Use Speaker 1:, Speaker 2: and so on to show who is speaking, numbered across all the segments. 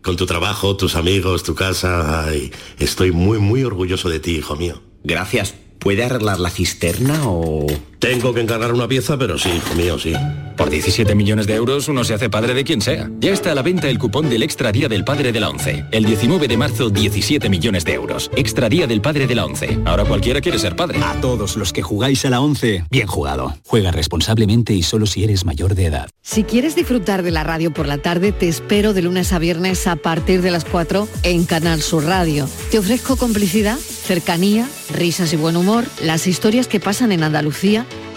Speaker 1: Con tu trabajo, tus amigos, tu casa. Ay, estoy muy, muy orgulloso de ti, hijo mío.
Speaker 2: Gracias. ¿Puede arreglar la cisterna o...?
Speaker 1: Tengo que encargar una pieza, pero sí, hijo mío, sí.
Speaker 3: Por 17 millones de euros uno se hace padre de quien sea. Ya está a la venta el cupón del Extra Día del Padre de la ONCE. El 19 de marzo, 17 millones de euros. Extra Día del Padre de la ONCE. Ahora cualquiera quiere ser padre.
Speaker 4: A todos los que jugáis a la ONCE, bien jugado. Juega responsablemente y solo si eres mayor de edad.
Speaker 5: Si quieres disfrutar de la radio por la tarde, te espero de lunes a viernes a partir de las 4 en Canal Sur Radio. Te ofrezco complicidad, cercanía, risas y buen humor, las historias que pasan en Andalucía,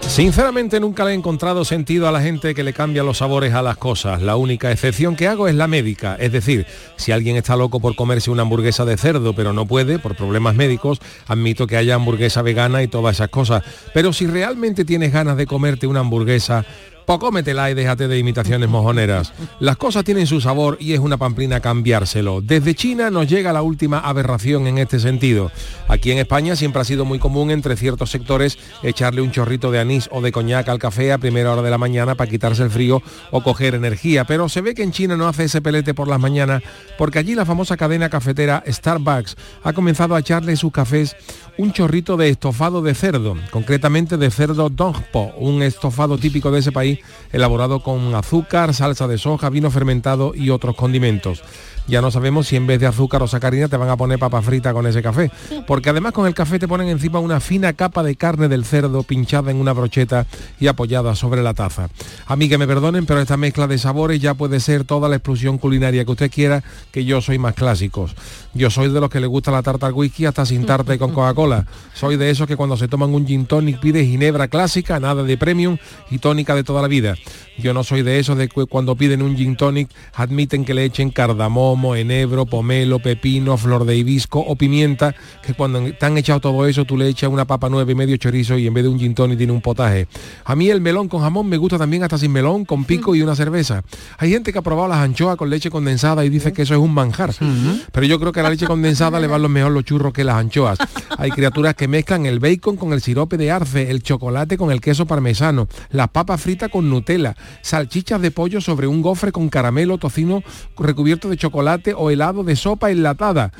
Speaker 6: Sinceramente nunca le he encontrado sentido a la gente que le cambia los sabores a las cosas. La única excepción que hago es la médica. Es decir, si alguien está loco por comerse una hamburguesa de cerdo pero no puede por problemas médicos, admito que haya hamburguesa vegana y todas esas cosas. Pero si realmente tienes ganas de comerte una hamburguesa, pues cómetela y déjate de imitaciones mojoneras. Las cosas tienen su sabor y es una pamplina cambiárselo. Desde China nos llega la última aberración en este sentido. Aquí en España siempre ha sido muy común entre ciertos sectores echarle un chorrito de anís o de coñac al café a primera hora de la mañana para quitarse el frío o coger energía, pero se ve que en China no hace ese pelete por las mañanas porque allí la famosa cadena cafetera Starbucks ha comenzado a echarle sus cafés un chorrito de estofado de cerdo, concretamente de cerdo dongpo, un estofado típico de ese país elaborado con azúcar, salsa de soja, vino fermentado y otros condimentos. Ya no sabemos si en vez de azúcar o sacarina te van a poner papa frita con ese café, porque además con el café te ponen encima una fina capa de carne del cerdo pinchada en una brocheta y apoyada sobre la taza. A mí que me perdonen, pero esta mezcla de sabores ya puede ser toda la explosión culinaria que usted quiera, que yo soy más clásicos. Yo soy de los que le gusta la tarta al whisky hasta sin tarta y con Coca-Cola. Soy de esos que cuando se toman un gin tonic pide ginebra clásica, nada de premium y tónica de toda la vida. Yo no soy de esos de que cuando piden un gin tonic admiten que le echen cardamomo, enebro, pomelo, pepino, flor de hibisco o pimienta, que cuando te han echado todo eso tú le echas una papa nueve y medio chorizo y en vez de un gin tonic tiene un potaje. A mí el melón con jamón me gusta también hasta sin melón, con pico y una cerveza. Hay gente que ha probado las anchoas con leche condensada y dice que eso es un manjar. Pero yo creo que a la leche condensada le van los mejor los churros que las anchoas. Hay criaturas que mezclan el bacon con el sirope de arce, el chocolate con el queso parmesano, las papas fritas con Nutella, salchichas de pollo sobre un gofre con caramelo, tocino recubierto de chocolate o helado de sopa enlatada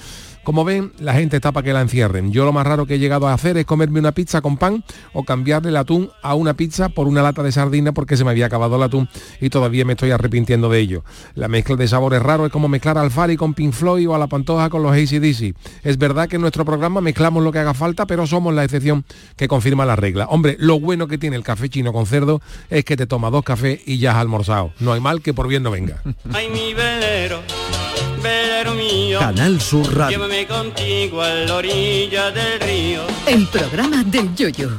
Speaker 6: Como ven, la gente está para que la encierren. Yo lo más raro que he llegado a hacer es comerme una pizza con pan o cambiarle el atún a una pizza por una lata de sardina porque se me había acabado el atún y todavía me estoy arrepintiendo de ello. La mezcla de sabores raros es como mezclar al Fari con Pink Floyd o a la Pantoja con los ACDC. Es verdad que en nuestro programa mezclamos lo que haga falta, pero somos la excepción que confirma la regla. Hombre, lo bueno que tiene el café chino con cerdo es que te toma dos cafés y ya has almorzado. No hay mal que por bien no venga.
Speaker 7: Ay, mi velero, velero mío.
Speaker 8: Canal Sur Radio.
Speaker 7: Llévame contigo a la orilla del río.
Speaker 9: El programa del yoyo.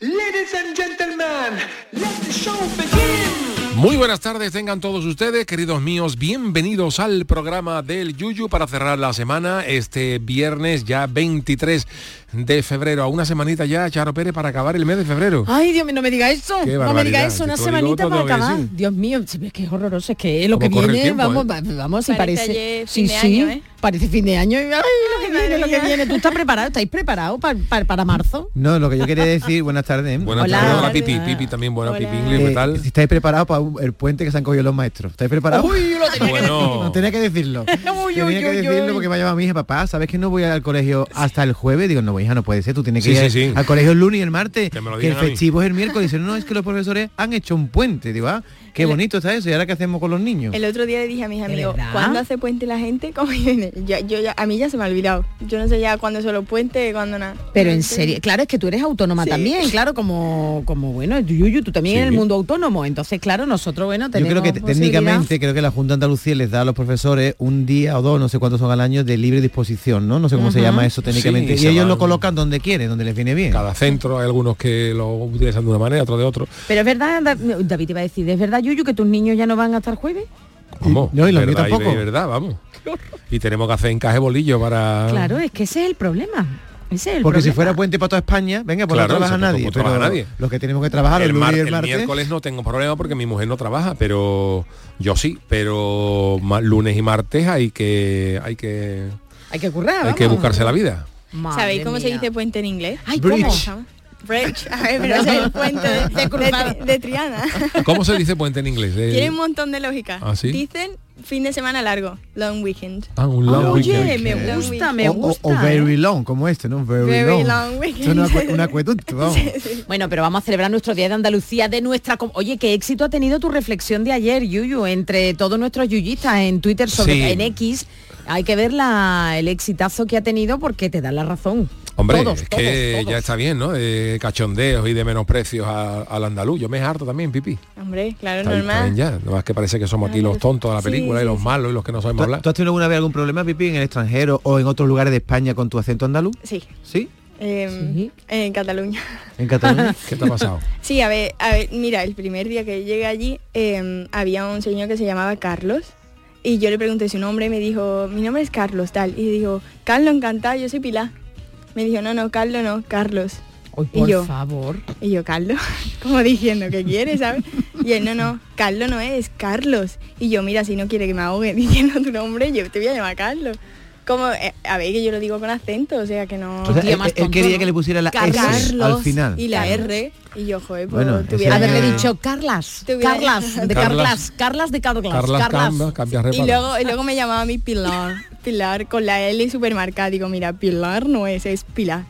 Speaker 10: Ladies and gentlemen, let the show begin.
Speaker 6: Muy buenas tardes, tengan todos ustedes, queridos míos, bienvenidos al programa del Yuyu para cerrar la semana este viernes ya 23 de febrero, a una semanita ya, Charo Pérez, para acabar el mes de febrero.
Speaker 11: Ay, Dios mío, no me diga eso.
Speaker 6: Qué
Speaker 11: no me diga
Speaker 6: barbaridad,
Speaker 11: eso, una
Speaker 6: si te lo digo,
Speaker 11: semanita
Speaker 6: te lo
Speaker 11: para
Speaker 6: tengo que
Speaker 11: acabar.
Speaker 6: decir.
Speaker 11: Dios mío, sí, es que es horroroso, es que lo que
Speaker 6: Cómo corre el
Speaker 11: viene,
Speaker 6: tiempo,
Speaker 11: vamos,
Speaker 6: ¿eh?
Speaker 11: va- vamos, si
Speaker 12: Parece
Speaker 11: parece.
Speaker 12: ayer,
Speaker 11: sí,
Speaker 12: fin de
Speaker 11: sí,
Speaker 12: año, ¿eh?
Speaker 11: parece fin de año. Ay, lo que viene, lo que
Speaker 12: mía.
Speaker 11: viene. ¿Tú estás preparado? ¿Estáis preparados pa- pa- para marzo?
Speaker 13: No, lo que yo quería decir, buenas tardes.
Speaker 6: Buenas
Speaker 13: Eh,
Speaker 6: tardes, hola Pipi, Pipi también, buena Pipi Inglis, ¿qué tal?
Speaker 13: Si estáis preparados para el puente que se han cogido los maestros. ¿Estáis preparados?
Speaker 11: Uy, yo lo tenía
Speaker 6: que Bueno. decir.
Speaker 13: No tenía que decirlo. tenía que decirlo porque me ha llamado mi hija, papá, ¿sabes que no voy al colegio hasta el jueves? Digo, no, hija, no puede ser, tú tienes que
Speaker 6: Sí,
Speaker 13: ir
Speaker 6: sí, sí.
Speaker 13: al colegio el lunes y el martes, que,
Speaker 6: me lo
Speaker 13: el
Speaker 6: digan a mí.
Speaker 13: festivo es el miércoles. Dicen, no, es que los profesores han hecho un puente. Digo, ah, qué bonito está eso. ¿Y ahora qué hacemos con los niños?
Speaker 12: El otro día le dije a mis amigos,
Speaker 13: verdad?
Speaker 12: ¿cuándo hace puente la gente? ¿Cómo viene? Ya- yo ya- a mí ya se me ha olvidado. Yo no sé ya cuándo son los puentes, cuándo nada.
Speaker 11: Pero en serio, claro, es que tú eres autónoma también, claro, como, como bueno, Yuyu, tú también en el mundo autónomo. Entonces, claro, nosotros, bueno,
Speaker 13: Yo
Speaker 11: tenemos
Speaker 13: creo que te-
Speaker 11: posibilidad.
Speaker 13: técnicamente creo que la Junta de Andalucía les da a los profesores un día o dos, no sé cuántos son al año, de libre disposición, ¿no? No sé cómo se
Speaker 6: Ujú.
Speaker 13: llama eso técnicamente.
Speaker 6: Sí,
Speaker 13: y
Speaker 6: se
Speaker 13: ellos
Speaker 6: van.
Speaker 13: lo colocan donde quieren, donde les viene bien.
Speaker 6: Cada centro, hay algunos que lo utilizan de una manera, otros de otro.
Speaker 11: Pero es verdad, Da- David te iba a decir, ¿es verdad, Yuyu, que tus niños ya no van hasta el jueves?
Speaker 6: Vamos,
Speaker 13: No, y los míos
Speaker 6: verdad,
Speaker 13: tampoco.
Speaker 6: de verdad, vamos. Y tenemos que hacer encaje bolillo para...
Speaker 11: Claro, es que ese es el problema. Ese es el
Speaker 13: Porque si
Speaker 11: problema.
Speaker 13: fuera puente para toda España, venga, pues
Speaker 6: Claro,
Speaker 13: no trabaja
Speaker 6: exacto,
Speaker 13: nadie.
Speaker 6: como trabaja
Speaker 13: pero
Speaker 6: nadie.
Speaker 13: Los que tenemos que trabajar el,
Speaker 6: el,
Speaker 13: lunes
Speaker 6: mar-
Speaker 13: y el
Speaker 6: el
Speaker 13: martes.
Speaker 6: miércoles no tengo problema porque mi mujer no trabaja, pero yo sí, pero ma- lunes y martes hay que hay que
Speaker 11: Hay que currar,
Speaker 12: Ah,
Speaker 6: hay que buscarse la vida.
Speaker 12: ¿Sabéis cómo se dice puente en inglés?
Speaker 11: Ay, ¿cómo? Bridge.
Speaker 12: Bridge. A ver, pero ese es el puente de, de- de- de Triana.
Speaker 6: ¿Cómo se dice puente en inglés? Eh,
Speaker 12: Tiene un montón de lógica.
Speaker 6: ¿Ah, sí?
Speaker 12: Dicen fin de semana largo, long weekend.
Speaker 6: ah, un long
Speaker 12: Oye,
Speaker 6: weekend.
Speaker 12: me
Speaker 13: ¿Qué?
Speaker 12: gusta, me
Speaker 11: Oh,
Speaker 13: O- o- O,
Speaker 12: gusta,
Speaker 13: very long, como este, ¿no? Very,
Speaker 12: Very
Speaker 13: long.
Speaker 12: long
Speaker 13: Esto es un acue- un acueducto, vamos.
Speaker 11: Bueno, pero vamos a celebrar nuestro Día de Andalucía de nuestra... com- Oye, qué éxito ha tenido tu reflexión de ayer, Yuyu, entre todos nuestros yuyistas en Twitter sobre
Speaker 6: Sí.
Speaker 11: en X. Hay que ver la, el exitazo que ha tenido porque te da la razón.
Speaker 6: Hombre,
Speaker 11: Todos,
Speaker 6: es
Speaker 11: todos,
Speaker 6: que
Speaker 11: todos.
Speaker 6: ya está bien, ¿no? De cachondeos y de menosprecios a- al andaluz. Yo me harto también, pipi.
Speaker 12: Hombre, claro,
Speaker 6: Está bien, está
Speaker 12: normal.
Speaker 6: bien ya. Nada más que parece que somos aquí los tontos de la
Speaker 12: Sí,
Speaker 6: película
Speaker 12: sí,
Speaker 6: y los malos y los que no sabemos
Speaker 13: ¿Tú,
Speaker 6: hablar.
Speaker 13: tú has tenido alguna vez algún problema, Pipi, en el extranjero o en otros lugares de España con tu acento andaluz?
Speaker 12: Sí.
Speaker 13: ¿Sí?
Speaker 12: Em, En Cataluña.
Speaker 13: ¿En Cataluña?
Speaker 6: ¿Qué te ha pasado?
Speaker 12: Sí, a ver, a ver, mira, el primer día que llegué allí eh, había un señor que se llamaba Carlos y yo le pregunté su nombre y me dijo, mi nombre es Carlos, tal. Y dijo, Carlos, encantada, yo soy Pilar. Me dijo, no, no, Carlos, no, Carlos. y
Speaker 11: Por
Speaker 12: yo,
Speaker 11: favor.
Speaker 12: y yo, Carlos, como diciendo, ¿qué quiere, sabes? Y él, no, no, Carlos no es, Carlos. Y yo, mira, si no quiere que me ahogue diciendo tu nombre, yo te voy a llamar Carlos. Como, eh, a ver, que yo lo digo con acento, o sea, que no...
Speaker 13: O sea, él, él quería que le pusiera la S al final.
Speaker 12: Y la R. Y yo, joder, pues
Speaker 13: Bueno,
Speaker 12: tuviera
Speaker 13: ese-
Speaker 11: Haberle dicho Carlas,
Speaker 12: Tuviera-
Speaker 11: Carlas, de Carlas,
Speaker 6: Carlas.
Speaker 11: Carlas de Carlas,
Speaker 6: Carlas
Speaker 11: Carlas.
Speaker 6: Camba, cambia repara.
Speaker 12: Y luego, y luego me llamaba mi Pilar, Pilar, con la L supermarcada. Digo, mira, Pilar no es, es Pilar.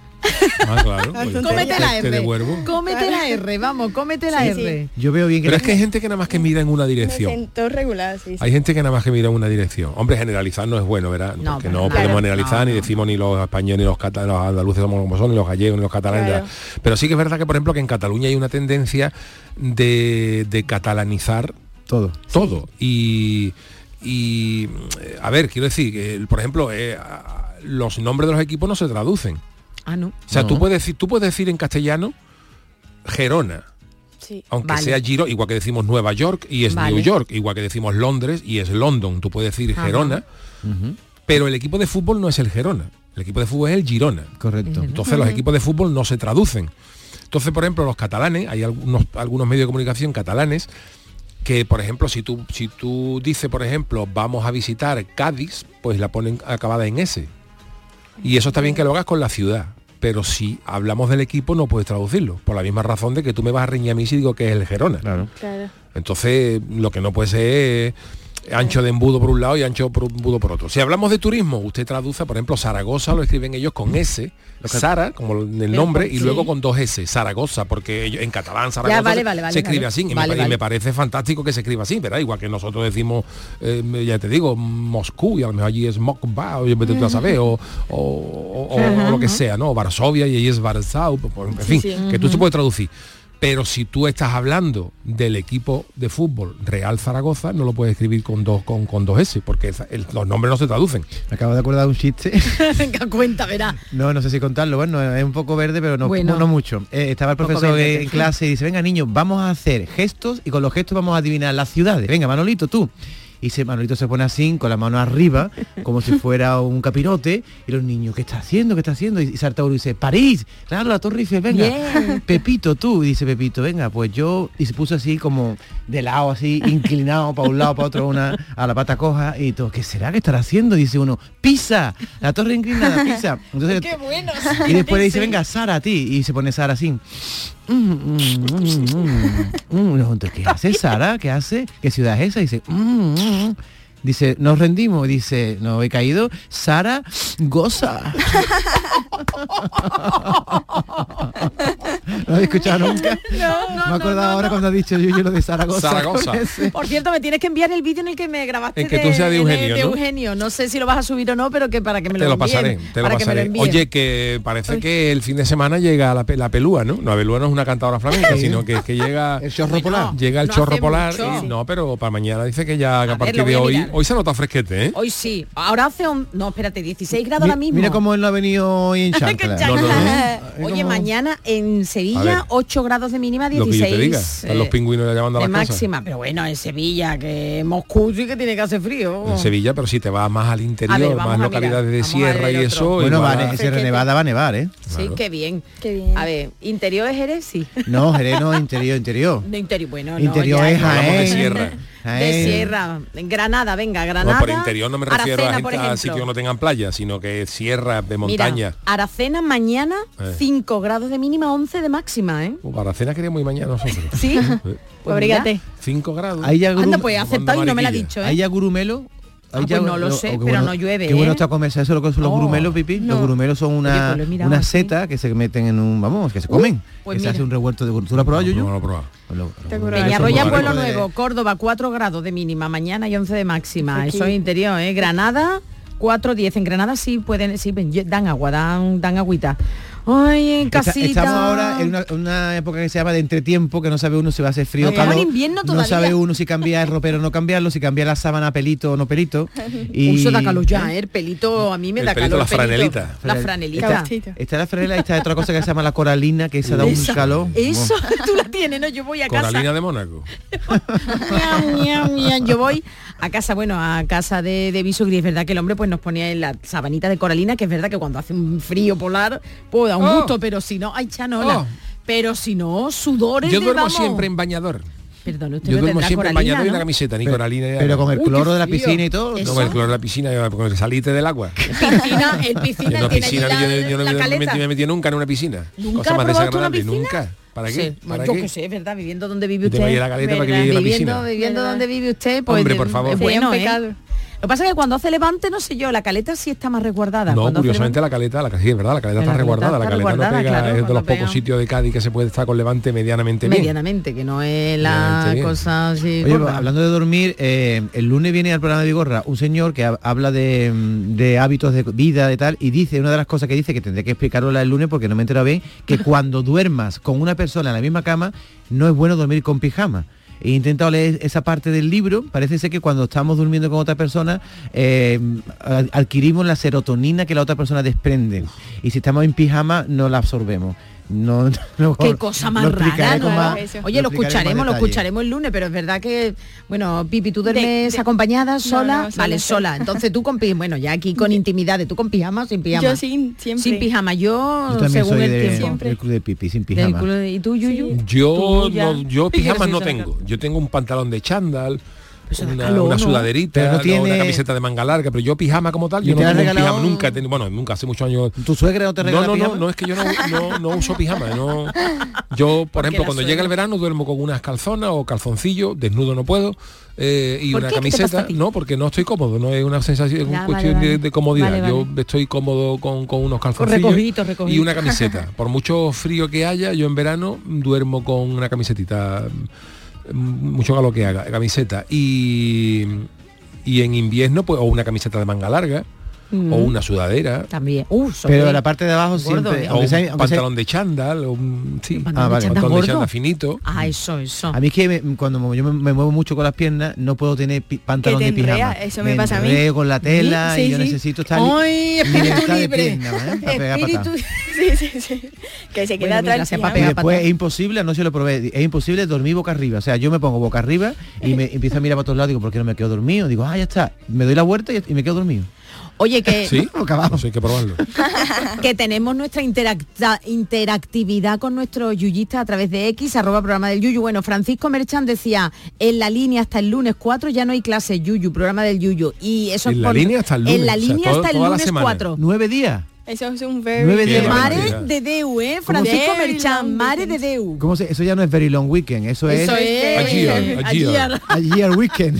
Speaker 6: Ah, claro. pues ya está.
Speaker 11: Cómete la
Speaker 6: Te- te
Speaker 11: R.
Speaker 6: devuelvo.
Speaker 11: Cómete la R, vamos, cómete la
Speaker 12: Sí, sí.
Speaker 11: R.
Speaker 13: Yo veo bien que...
Speaker 6: Pero es que hay gente que nada más que mira en una
Speaker 12: Me
Speaker 6: dirección.
Speaker 12: sentó regular, sí, sí.
Speaker 6: Hay gente que nada más que mira en una dirección. Hombre, generalizar no es bueno, ¿verdad?
Speaker 12: No,
Speaker 6: Porque
Speaker 12: para
Speaker 6: no podemos
Speaker 12: nada. Claro,
Speaker 6: generalizar, ni decimos ni los españoles, ni los catalanes, los andaluces somos como son, ni los gallegos, ni los catalanes.
Speaker 12: Claro.
Speaker 6: nada. Pero sí que es verdad que, por ejemplo, que en Cataluña hay una tendencia de, de catalanizar
Speaker 13: todo.
Speaker 6: Todo. Y, y, eh, a ver, quiero decir, que, el- por ejemplo, eh, a- los nombres de los equipos no se traducen.
Speaker 11: Ah, no.
Speaker 6: O sea, tú, puedes decir, tú puedes decir en castellano Gerona.
Speaker 12: Sí.
Speaker 6: Aunque
Speaker 11: Vale.
Speaker 6: sea Giro, igual que decimos Nueva York y es
Speaker 11: Vale.
Speaker 6: New York, igual que decimos Londres y es London, tú puedes decir
Speaker 11: Ajá.
Speaker 6: Gerona, pero el equipo de fútbol no es el Gerona, el equipo de fútbol es el Girona.
Speaker 13: Correcto.
Speaker 6: Entonces los equipos de fútbol no se traducen. Entonces, por ejemplo, los catalanes, hay algunos, algunos medios de comunicación catalanes que, por ejemplo, si tú, si tú dices, por ejemplo, vamos a visitar Cádiz, pues la ponen acabada en S. Y eso está bien que lo hagas con la ciudad. Pero si hablamos del equipo no puedes traducirlo, por la misma razón de que tú me vas a reñir a mí si digo que es el Gerona.
Speaker 13: Claro.
Speaker 12: Claro.
Speaker 6: Entonces, lo que no puede ser es ancho de embudo por un lado y ancho por embudo por otro. Si hablamos de turismo, usted traduce, por ejemplo, Zaragoza lo escriben ellos con S, Sara, como en el
Speaker 11: Pero,
Speaker 6: nombre, y
Speaker 11: sí.
Speaker 6: luego con dos S, Zaragoza, porque ellos- en catalán Zaragoza
Speaker 11: vale,
Speaker 6: se-
Speaker 11: vale, vale,
Speaker 6: se escribe
Speaker 11: vale.
Speaker 6: así. Y, me
Speaker 11: Vale,
Speaker 6: pa- y me,
Speaker 11: vale.
Speaker 6: parece fantástico que se escriba así, ¿verdad? Igual que nosotros decimos, eh, ya te digo, Moscú, y a lo mejor allí es Mokba, o yo vete tú a saber, o, o- o- o
Speaker 14: Ajá,
Speaker 6: lo que
Speaker 14: ajá.
Speaker 6: sea, ¿no? Varsovia y allí es Varsau, pues, en fin,
Speaker 14: Sí, sí.
Speaker 6: que tú se
Speaker 14: Ujú.
Speaker 6: puedes traducir. Pero si tú estás hablando del equipo de fútbol Real Zaragoza, no lo puedes escribir con dos, con, con dos S, porque esa- el- los nombres no se traducen.
Speaker 13: Me acabo de acordar de un chiste.
Speaker 11: Venga, cuenta, verá.
Speaker 13: No, no sé si contarlo. Bueno, es un poco verde, pero no,
Speaker 11: Bueno.
Speaker 13: no, no mucho. Eh, estaba el
Speaker 11: Un poco
Speaker 13: profesor
Speaker 11: verde,
Speaker 13: en
Speaker 11: sí.
Speaker 13: clase y dice, venga niños, vamos a hacer gestos y con los gestos vamos a adivinar las ciudades. Venga, Manolito, tú. Y se, Manolito se pone así, con la mano arriba, como si fuera un capirote. Y los niños, ¿qué está haciendo? ¿Qué está haciendo? Y, y salta uno y dice, París, claro, la Torre Eiffel, venga.
Speaker 15: Bien.
Speaker 13: Pepito, tú. Y dice Pepito, venga, pues yo... Y se puso así como de lado, así, inclinado para un lado, para otro, una, a la pata coja. Y todo, ¿qué será que estará haciendo? Y dice uno, pisa, la torre inclinada, pisa. Entonces,
Speaker 11: Qué bueno.
Speaker 13: y después le dice, venga, Sara, a ti. Y se pone Sara así. Mm, mm, mm, mm, mm. Y nosotros, ¿Qué hace Sara? ¿Qué hace? ¿Qué ciudad es esa? Y dice, "Mm, mm, mm". dice, nos rendimos. Dice, no he caído. Sara goza. ¿No habéis escuchado nunca?
Speaker 11: No,
Speaker 13: Me he acordado ahora cuando ha dicho yo, lo de Zaragoza.
Speaker 6: Zaragoza.
Speaker 13: con ese.
Speaker 11: Por cierto, me tienes que enviar el vídeo en el que me grabaste.
Speaker 6: En que tú seas de Eugenio,
Speaker 11: de
Speaker 6: ¿no?
Speaker 11: Eugenio. ¿no? sé si lo vas a subir o no, pero que para que me
Speaker 6: Te
Speaker 11: lo,
Speaker 6: lo
Speaker 11: envíen,
Speaker 6: pasaré, te lo
Speaker 11: para que me
Speaker 6: pasaré.
Speaker 11: envíen.
Speaker 6: Oye, que parece que el fin de semana llega la, pe- la pelúa, ¿no? La pelúa no es una cantadora flamenca, sino que, que llega el chorro polar. Llega el
Speaker 11: no
Speaker 6: chorro
Speaker 11: hace
Speaker 6: polar.
Speaker 11: mucho.
Speaker 6: y- no, pero para mañana dice que ya a, partir
Speaker 11: lo voy
Speaker 6: de
Speaker 11: a
Speaker 6: hoy.
Speaker 11: mirar.
Speaker 6: Hoy se nota fresquete, ¿eh?
Speaker 11: Hoy sí. Ahora hace un... No, espérate, 16 grados ahora
Speaker 13: Mi-
Speaker 11: mismo.
Speaker 13: Mira cómo él no ha venido hoy en chancla.
Speaker 11: No, no, no. Oye, mañana en
Speaker 6: ¿Eh? A ver.
Speaker 11: Sevilla, 8 grados de mínima, 16
Speaker 6: Lo que yo te diga. Están los
Speaker 11: eh,
Speaker 6: pingüinos ya llamando a
Speaker 11: de
Speaker 6: las cosas.
Speaker 11: máxima. Pero bueno, en Sevilla, que Moscú sí que tiene que hacer frío.
Speaker 6: En Sevilla, pero si te vas más al interior,
Speaker 11: vamos a
Speaker 6: más
Speaker 11: mirar,
Speaker 6: localidades de sierra y eso.
Speaker 13: Bueno,
Speaker 6: igual
Speaker 13: va,
Speaker 6: a-
Speaker 13: en Sierra Nevada va a nevar, ¿eh?
Speaker 11: Sí, qué bien. A ver, interior es Jerez, sí.
Speaker 13: No, Jerez no, interior, interior.
Speaker 11: De interior, bueno,
Speaker 13: Interior
Speaker 11: no, ya,
Speaker 13: es
Speaker 11: ya.
Speaker 13: Hablamos de Jaén.
Speaker 6: sierra.
Speaker 11: De sierra. Granada, venga, Granada.
Speaker 6: No, por interior no me refiero
Speaker 11: Aracena,
Speaker 6: a,
Speaker 11: por
Speaker 6: gente- a
Speaker 11: ejemplo.
Speaker 6: sitios que no tengan playa, sino que sierra, de montaña.
Speaker 11: Mira, Aracena mañana
Speaker 6: Eh.
Speaker 11: 5 grados de mínima, 11 de máxima, ¿eh?
Speaker 6: Uh, para cena queremos ir mañana nosotros.
Speaker 11: Sí. Pues mira.
Speaker 6: 5 grados.
Speaker 13: Ahí ya
Speaker 11: Anda, pues he aceptado y no me la ha dicho, ¿eh?
Speaker 13: ¿Hay ya gurumelo?
Speaker 11: Ah,
Speaker 13: Hay ya-
Speaker 11: pues no lo
Speaker 13: oh,
Speaker 11: sé,
Speaker 13: qué
Speaker 11: pero
Speaker 13: bueno-
Speaker 11: no llueve,
Speaker 13: Qué bueno
Speaker 11: ¿eh?
Speaker 13: está comerse eso, lo que son los
Speaker 11: Oh,
Speaker 13: gurumelos, Pipi. Los
Speaker 11: no.
Speaker 13: gurumelos son
Speaker 11: Oye,
Speaker 13: una,
Speaker 11: pues lo he mirado
Speaker 13: una
Speaker 11: así.
Speaker 13: seta que se meten en un... Vamos, que se comen.
Speaker 11: pues
Speaker 13: que se
Speaker 11: mira.
Speaker 13: hace un revuelto de gurumelos. ¿Tú lo has probado, Yuyu? Pues No,
Speaker 6: lo he probado.
Speaker 11: Peñarroya,
Speaker 13: Eso es
Speaker 11: pues Pueblo
Speaker 13: muy rico.
Speaker 11: Nuevo, Córdoba, 4 grados de mínima, mañana y 11 de máxima.
Speaker 13: Aquí.
Speaker 11: Eso es interior, ¿eh? Granada, 4, 10. En Granada sí pueden, sí, ven, dan agua, dan, dan agüita. Ay, en
Speaker 13: Está-
Speaker 11: casita.
Speaker 13: estamos ahora en una, una época que se llama de entretiempo, que no sabe uno si va a hacer frío o
Speaker 11: Estamos
Speaker 13: calor.
Speaker 11: en invierno
Speaker 13: No sabe
Speaker 11: todavía.
Speaker 13: uno si cambia el ropero o no cambiarlo, si cambia la sábana a pelito o no pelito.
Speaker 11: Uy, eso da calor ya, ¿eh? El pelito a mí me
Speaker 13: El
Speaker 11: da
Speaker 13: pelito,
Speaker 11: calor.
Speaker 13: la
Speaker 11: el pelito.
Speaker 13: franelita.
Speaker 11: La
Speaker 13: Franel-
Speaker 11: franelita.
Speaker 13: Está, está la franela y está otra cosa que se llama la coralina, que esa da un
Speaker 11: Esa-
Speaker 13: calor.
Speaker 11: Eso tú la tienes, ¿no? Yo voy a casa.
Speaker 6: de Mónaco.
Speaker 11: Miau, miau, miau. Yo voy a casa, bueno, a casa de, de Bisogri. Es verdad que el hombre pues nos ponía en la sabanita de coralina, que es verdad que cuando hace un frío polar, puedo da un
Speaker 6: Oh.
Speaker 11: gusto, pero si no, ay, chanola.
Speaker 6: Oh.
Speaker 11: Pero si no, sudores
Speaker 6: Yo
Speaker 11: de,
Speaker 6: duermo
Speaker 11: vamos.
Speaker 6: siempre en bañador.
Speaker 11: Perdón, usted
Speaker 6: Yo
Speaker 11: no
Speaker 6: duermo
Speaker 11: tendrá
Speaker 6: siempre en
Speaker 11: coralina,
Speaker 6: bañador y en la
Speaker 11: ¿no?
Speaker 6: camiseta, ni
Speaker 13: Pero-
Speaker 6: coralina. ni
Speaker 13: pero
Speaker 6: nada.
Speaker 13: con el
Speaker 6: Uy, qué
Speaker 13: cloro de la
Speaker 6: frío.
Speaker 13: piscina y todo,
Speaker 6: No,
Speaker 13: ¿no?
Speaker 6: con el cloro de la piscina, yo- con el salite del agua.
Speaker 11: Piscina, el
Speaker 6: Yo
Speaker 11: piscina
Speaker 6: no,
Speaker 11: tiene
Speaker 6: piscina,
Speaker 11: allí
Speaker 6: yo,
Speaker 11: la-
Speaker 6: yo no me, no
Speaker 11: la
Speaker 6: me-
Speaker 11: caleta.
Speaker 6: me he metido nunca en una piscina.
Speaker 11: ¿Nunca
Speaker 6: Cosa
Speaker 11: has
Speaker 6: más
Speaker 11: probado tú una
Speaker 6: desagradable,
Speaker 11: piscina?
Speaker 6: nunca. ¿Para qué?
Speaker 11: Sí,
Speaker 6: ¿Para
Speaker 11: yo
Speaker 6: qué?
Speaker 11: que sé, es verdad, viviendo donde vive
Speaker 6: Yo
Speaker 11: usted.
Speaker 6: tengo ahí la caleta para que
Speaker 11: ¿verdad?
Speaker 6: viva la
Speaker 11: viviendo,
Speaker 6: piscina.
Speaker 11: viviendo donde vive usted, pues
Speaker 6: Hombre,
Speaker 11: de-
Speaker 6: por favor.
Speaker 11: es
Speaker 6: Sería
Speaker 11: bueno,
Speaker 6: un
Speaker 11: ¿eh? Lo que pasa es que cuando hace levante, no sé yo, la caleta sí está más resguardada.
Speaker 6: No,
Speaker 11: Cuando hace
Speaker 6: curiosamente la caleta, la sí, es verdad, la caleta está resguardada, la
Speaker 11: está
Speaker 6: caleta no
Speaker 11: resguardada,
Speaker 6: pega,
Speaker 11: claro,
Speaker 6: es de los
Speaker 11: cuando
Speaker 6: pocos sitios de Cádiz que se puede estar con levante medianamente bien.
Speaker 11: medianamente, que no es la
Speaker 13: Medianamente bien.
Speaker 11: cosa así.
Speaker 13: Oye,
Speaker 11: gorda.
Speaker 13: hablando de dormir, eh, el lunes viene al programa de Vigorra un señor que ha- habla de, mm, de hábitos de vida y tal, y dice, una de las cosas que dice, que tendré que explicarlo el lunes porque no me he enterado bien, que cuando duermas con una persona en la misma cama, no es bueno dormir con pijama. He intentado leer esa parte del libro, parece ser que cuando estamos durmiendo con otra persona eh, ad- adquirimos la serotonina que la otra persona desprende y si estamos en pijama no la absorbemos. No, no-
Speaker 11: Qué cosa más
Speaker 13: lo
Speaker 11: rara,
Speaker 13: explicaré con
Speaker 11: ¿no?
Speaker 13: más-
Speaker 11: Oye, lo
Speaker 13: explicaré con más
Speaker 11: escucharemos, lo
Speaker 13: detalle.
Speaker 11: escucharemos el lunes, pero es verdad que, bueno, Pipi, tú duermes acompañada,
Speaker 12: no,
Speaker 11: sola,
Speaker 12: sola,
Speaker 11: vale,
Speaker 12: sola.
Speaker 11: sola. Entonces tú con pi- bueno, ya aquí con intimidad, de tú con pijama o sin pijama.
Speaker 12: Yo sin, siempre.
Speaker 11: Sin pijama, yo,
Speaker 13: Yo también
Speaker 11: según
Speaker 13: soy
Speaker 11: el
Speaker 13: de-
Speaker 11: tiempo.
Speaker 13: del club de pipí, sin
Speaker 11: Del
Speaker 13: pijama.
Speaker 11: culo de- ¿Y tú, Yuyu?
Speaker 6: Yo
Speaker 11: Tú ya.
Speaker 6: no, yo
Speaker 11: ¿Qué quieres
Speaker 6: pijamas no
Speaker 11: decir,
Speaker 6: tengo. Yo tengo un pantalón de chándal,
Speaker 11: da
Speaker 6: una,
Speaker 11: calor,
Speaker 6: una
Speaker 11: ¿no?
Speaker 6: sudaderita,
Speaker 13: Pero no
Speaker 6: no
Speaker 13: tiene-
Speaker 6: una camiseta de manga larga, pero yo pijama como tal,
Speaker 13: ¿Y
Speaker 6: yo no
Speaker 13: te has
Speaker 6: tengo un
Speaker 13: regalado
Speaker 6: pijama nunca, he tenido- bueno, nunca hace muchos años.
Speaker 13: ¿Tu suegra no te
Speaker 6: No,
Speaker 13: regala
Speaker 6: no,
Speaker 13: pijama?
Speaker 6: no, no, es que yo no, no- no uso pijama, no. Yo, por
Speaker 13: Porque
Speaker 6: ejemplo,
Speaker 13: la
Speaker 6: cuando
Speaker 13: suegra-
Speaker 6: llega el verano duermo con unas calzonas o calzoncillo, desnudo no puedo. eh, y
Speaker 13: ¿Por
Speaker 6: una
Speaker 13: qué? ¿Qué te pasa a
Speaker 6: camiseta, no, porque no estoy cómodo, no es una sensación, es
Speaker 11: Ya,
Speaker 6: una
Speaker 11: vale,
Speaker 6: cuestión de,
Speaker 11: vale.
Speaker 6: de comodidad.
Speaker 11: Vale,
Speaker 6: Yo
Speaker 11: vale.
Speaker 6: estoy cómodo con, con unos calzoncillos
Speaker 11: recogiditos,
Speaker 6: y
Speaker 11: recogiditos.
Speaker 6: una camiseta. Por mucho frío que haya, yo en verano duermo con una camisetita, mm, mucho calor que haga, camiseta. Y, y en invierno, pues, o una camiseta de manga larga,
Speaker 11: Mm.
Speaker 6: o una sudadera.
Speaker 11: También. Uh,
Speaker 13: Pero
Speaker 11: sobre-
Speaker 13: la parte de abajo
Speaker 11: Gordo,
Speaker 13: siempre,
Speaker 11: ¿eh?
Speaker 6: O
Speaker 13: aunque
Speaker 6: un
Speaker 13: sea- aunque sea-
Speaker 6: pantalón de chándal, o un, sí,
Speaker 13: pantalón de vale. chándal
Speaker 6: pantalón de
Speaker 13: gordo.
Speaker 6: chándal finito.
Speaker 11: Ah, eso, eso.
Speaker 13: A mí es que me- cuando me- yo me, me muevo mucho con las piernas, no puedo tener pi- pantalón
Speaker 11: te
Speaker 13: de pijama.
Speaker 11: enrea, eso me pasa a mí.
Speaker 13: enreo con la tela
Speaker 11: Sí,
Speaker 13: y yo
Speaker 11: sí.
Speaker 13: necesito estar li-
Speaker 11: ¡Ay, espíritu
Speaker 13: libertad de
Speaker 11: libre!
Speaker 13: pierna, ¿eh? Para pegar
Speaker 11: Espíritu-
Speaker 13: patada.
Speaker 12: Sí, sí, sí. Que se queda
Speaker 11: Bueno, mira,
Speaker 12: atrás.
Speaker 11: sepa
Speaker 13: Y
Speaker 11: pegar
Speaker 13: después
Speaker 11: patada.
Speaker 13: es imposible, no se lo probé, es imposible dormir boca arriba. O sea, yo me pongo boca arriba y me empiezo a mirar para todos lados, digo, ¿por qué no me quedo dormido? Digo, ah, ya está. Me doy la vuelta y, y me quedo dormido.
Speaker 11: Oye, que,
Speaker 13: boca abajo.
Speaker 6: hay que probarlo.
Speaker 11: que tenemos nuestra interacta- interactividad con nuestros yuyistas a través de X, arroba programa del Yuyu. Bueno, Francisco Merchan decía, en la línea hasta el lunes 4 ya no hay clase Yuyu, programa del Yuyu. Y eso
Speaker 6: En
Speaker 11: es
Speaker 6: la
Speaker 11: por-
Speaker 6: línea hasta el lunes,
Speaker 11: En la
Speaker 6: o sea,
Speaker 11: línea
Speaker 6: todo-
Speaker 11: hasta el
Speaker 6: toda la
Speaker 11: lunes
Speaker 6: semana.
Speaker 11: 4.
Speaker 13: Nueve días.
Speaker 12: Eso es un very...
Speaker 13: Nueve días.
Speaker 11: Mare
Speaker 13: barbaridad.
Speaker 11: de Deu, ¿eh? Francisco
Speaker 12: Very
Speaker 11: Merchan, Mare de Deu.
Speaker 13: ¿Cómo se, eso ya no es very long weekend, eso,
Speaker 11: Eso
Speaker 13: es...
Speaker 11: es- A year, a year.
Speaker 13: A year weekend.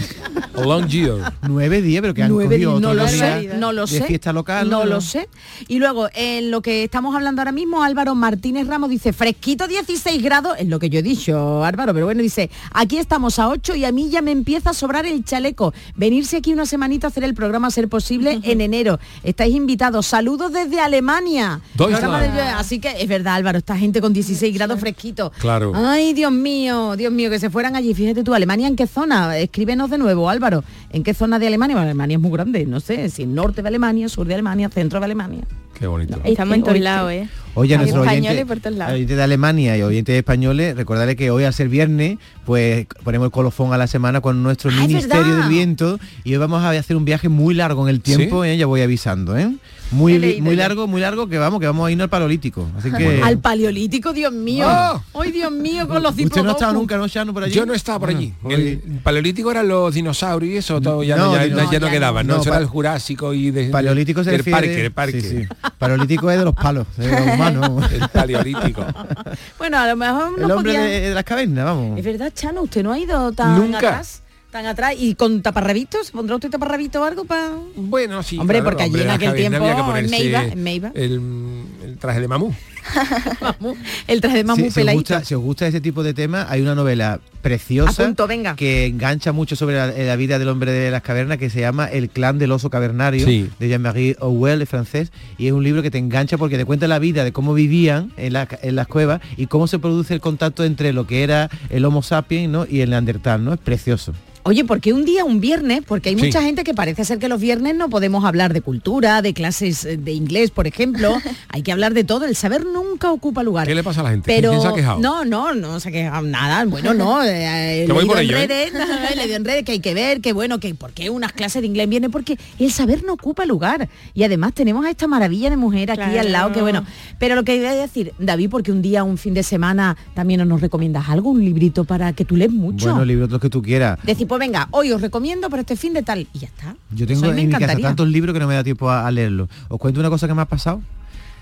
Speaker 6: Long year.
Speaker 13: Nueve días, pero que han
Speaker 11: Nueve
Speaker 13: cogido
Speaker 11: días, no
Speaker 13: otros
Speaker 11: lo
Speaker 13: días
Speaker 11: sé, no lo
Speaker 13: de
Speaker 11: sé.
Speaker 13: fiesta local.
Speaker 11: No lo sé. Y luego, en lo que estamos hablando ahora mismo, Álvaro Martínez Ramos dice, fresquito 16 grados, es lo que yo he dicho, Álvaro, pero bueno, dice, aquí estamos a 8 y a mí ya me empieza a sobrar el chaleco. Venirse aquí una semanita a hacer el programa, a ser posible, en enero. Estáis invitados. Saludos desde Alemania.
Speaker 6: Deutschland.
Speaker 11: Programa de- Así que es verdad, Álvaro, esta gente con 16 grados fresquito.
Speaker 6: Claro.
Speaker 11: Ay, Dios mío, Dios mío, que se fueran allí. Fíjate tú, Alemania, ¿en qué zona? Escríbenos de nuevo, Álvaro. ¿En qué zona de Alemania? Bueno, Alemania es muy grande, no sé, si norte de Alemania, sur de Alemania, centro de Alemania.
Speaker 6: Qué bonito.
Speaker 12: Estamos en todos lados, ¿eh?
Speaker 13: Oye, a
Speaker 12: Hay
Speaker 13: nuestros
Speaker 12: españoles
Speaker 13: oyentes,
Speaker 12: por todos lados.
Speaker 13: oyentes de Alemania y oyentes españoles, recordarle que hoy al ser viernes, pues ponemos el colofón a la semana con nuestro
Speaker 11: Ah, es
Speaker 13: Ministerio
Speaker 11: verdad.
Speaker 13: del Viento y hoy vamos a hacer un viaje muy largo en el tiempo, ¿eh? ya voy avisando, ¿eh? Muy,
Speaker 11: He leído
Speaker 13: muy
Speaker 11: ya.
Speaker 13: largo, muy largo, que vamos, que vamos a irnos al paleolítico. Así que ¡Oh!
Speaker 11: Al paleolítico, Dios mío. Ay, Dios mío, con los
Speaker 13: usted no ha estado
Speaker 11: diplodocus.
Speaker 13: nunca, ¿no, Chano, por allí? Ah,
Speaker 6: Yo no estaba por allí. El paleolítico eran los dinosaurios y eso todo ya
Speaker 13: No,
Speaker 6: no, ya,
Speaker 13: dino-
Speaker 6: ya- ya no
Speaker 13: no, ya
Speaker 6: quedaba,
Speaker 13: no.
Speaker 6: ¿no?
Speaker 13: No,
Speaker 6: Eso
Speaker 13: pa-
Speaker 6: era el Jurásico y de,
Speaker 13: Paleolítico se
Speaker 6: del
Speaker 13: refiere-
Speaker 6: parque, del parque.
Speaker 13: Sí, sí. Paleolítico es de los palos, de los humanos.
Speaker 6: El paleolítico.
Speaker 11: Bueno, a lo mejor no
Speaker 13: El hombre
Speaker 11: podían-
Speaker 13: de, de las cavernas, vamos.
Speaker 11: Es
Speaker 6: Mm.
Speaker 11: verdad, Chano, usted no ha ido tan
Speaker 13: Nunca.
Speaker 11: atrás. Tan atrás y con taparrabitos, ¿se pondrá usted taparrabito o algo para...?
Speaker 6: Bueno, sí.
Speaker 11: Hombre,
Speaker 6: claro,
Speaker 11: porque allí en
Speaker 6: la
Speaker 11: aquel
Speaker 6: caverna
Speaker 11: tiempo,
Speaker 6: había que
Speaker 11: en
Speaker 6: ponerse Eh,
Speaker 11: Meiba, en Meiba.
Speaker 6: El, el traje de mamú.
Speaker 11: El traje de mamú
Speaker 13: Sí, si, os
Speaker 11: peladito.
Speaker 13: gusta, si os gusta ese tipo de temas, hay una novela preciosa
Speaker 11: Apunto, venga.
Speaker 13: que engancha mucho sobre la, la vida del hombre de las cavernas que se llama El clan del oso cavernario
Speaker 6: Sí.
Speaker 13: de Jean-Marie Orwell, el francés, y es un libro que te engancha porque te cuenta la vida de cómo vivían en, la- en las cuevas y cómo se produce el contacto entre lo que era el Homo sapiens ¿no? y el Neandertal, ¿no? Es precioso.
Speaker 11: Oye, porque un día, un viernes, porque hay
Speaker 13: Sí.
Speaker 11: mucha gente que parece ser que los viernes no podemos hablar de cultura, de clases eh, de inglés, por ejemplo. hay que hablar de todo. El saber nunca ocupa lugar.
Speaker 6: ¿Qué le pasa a la gente?
Speaker 11: Pero
Speaker 6: ¿Quién se ha quejado?
Speaker 11: no, no, no se ha quejado nada. Bueno, no. eh,
Speaker 6: Que
Speaker 11: le
Speaker 6: voy
Speaker 11: digo
Speaker 6: por
Speaker 11: en
Speaker 6: ello, ¿eh?
Speaker 11: redes, le digo en redes que hay que ver, que bueno, que por qué unas clases de inglés vienen, porque el saber no ocupa lugar. Y además tenemos a esta maravilla de mujer aquí
Speaker 12: Claro.
Speaker 11: al lado, que bueno. Pero lo que voy a decir, David, porque un día, un fin de semana, también nos recomiendas algo, un librito para que tú lees mucho.
Speaker 13: Bueno, libros los que tú quieras.
Speaker 11: Decir, pues venga, hoy os recomiendo para este fin de tal. Y ya está.
Speaker 13: Yo
Speaker 11: O sea,
Speaker 13: tengo
Speaker 11: a mí me
Speaker 13: en mi casa
Speaker 11: encantaría.
Speaker 13: tantos libros que no me da tiempo a, a leerlos. Os cuento una cosa que me ha pasado.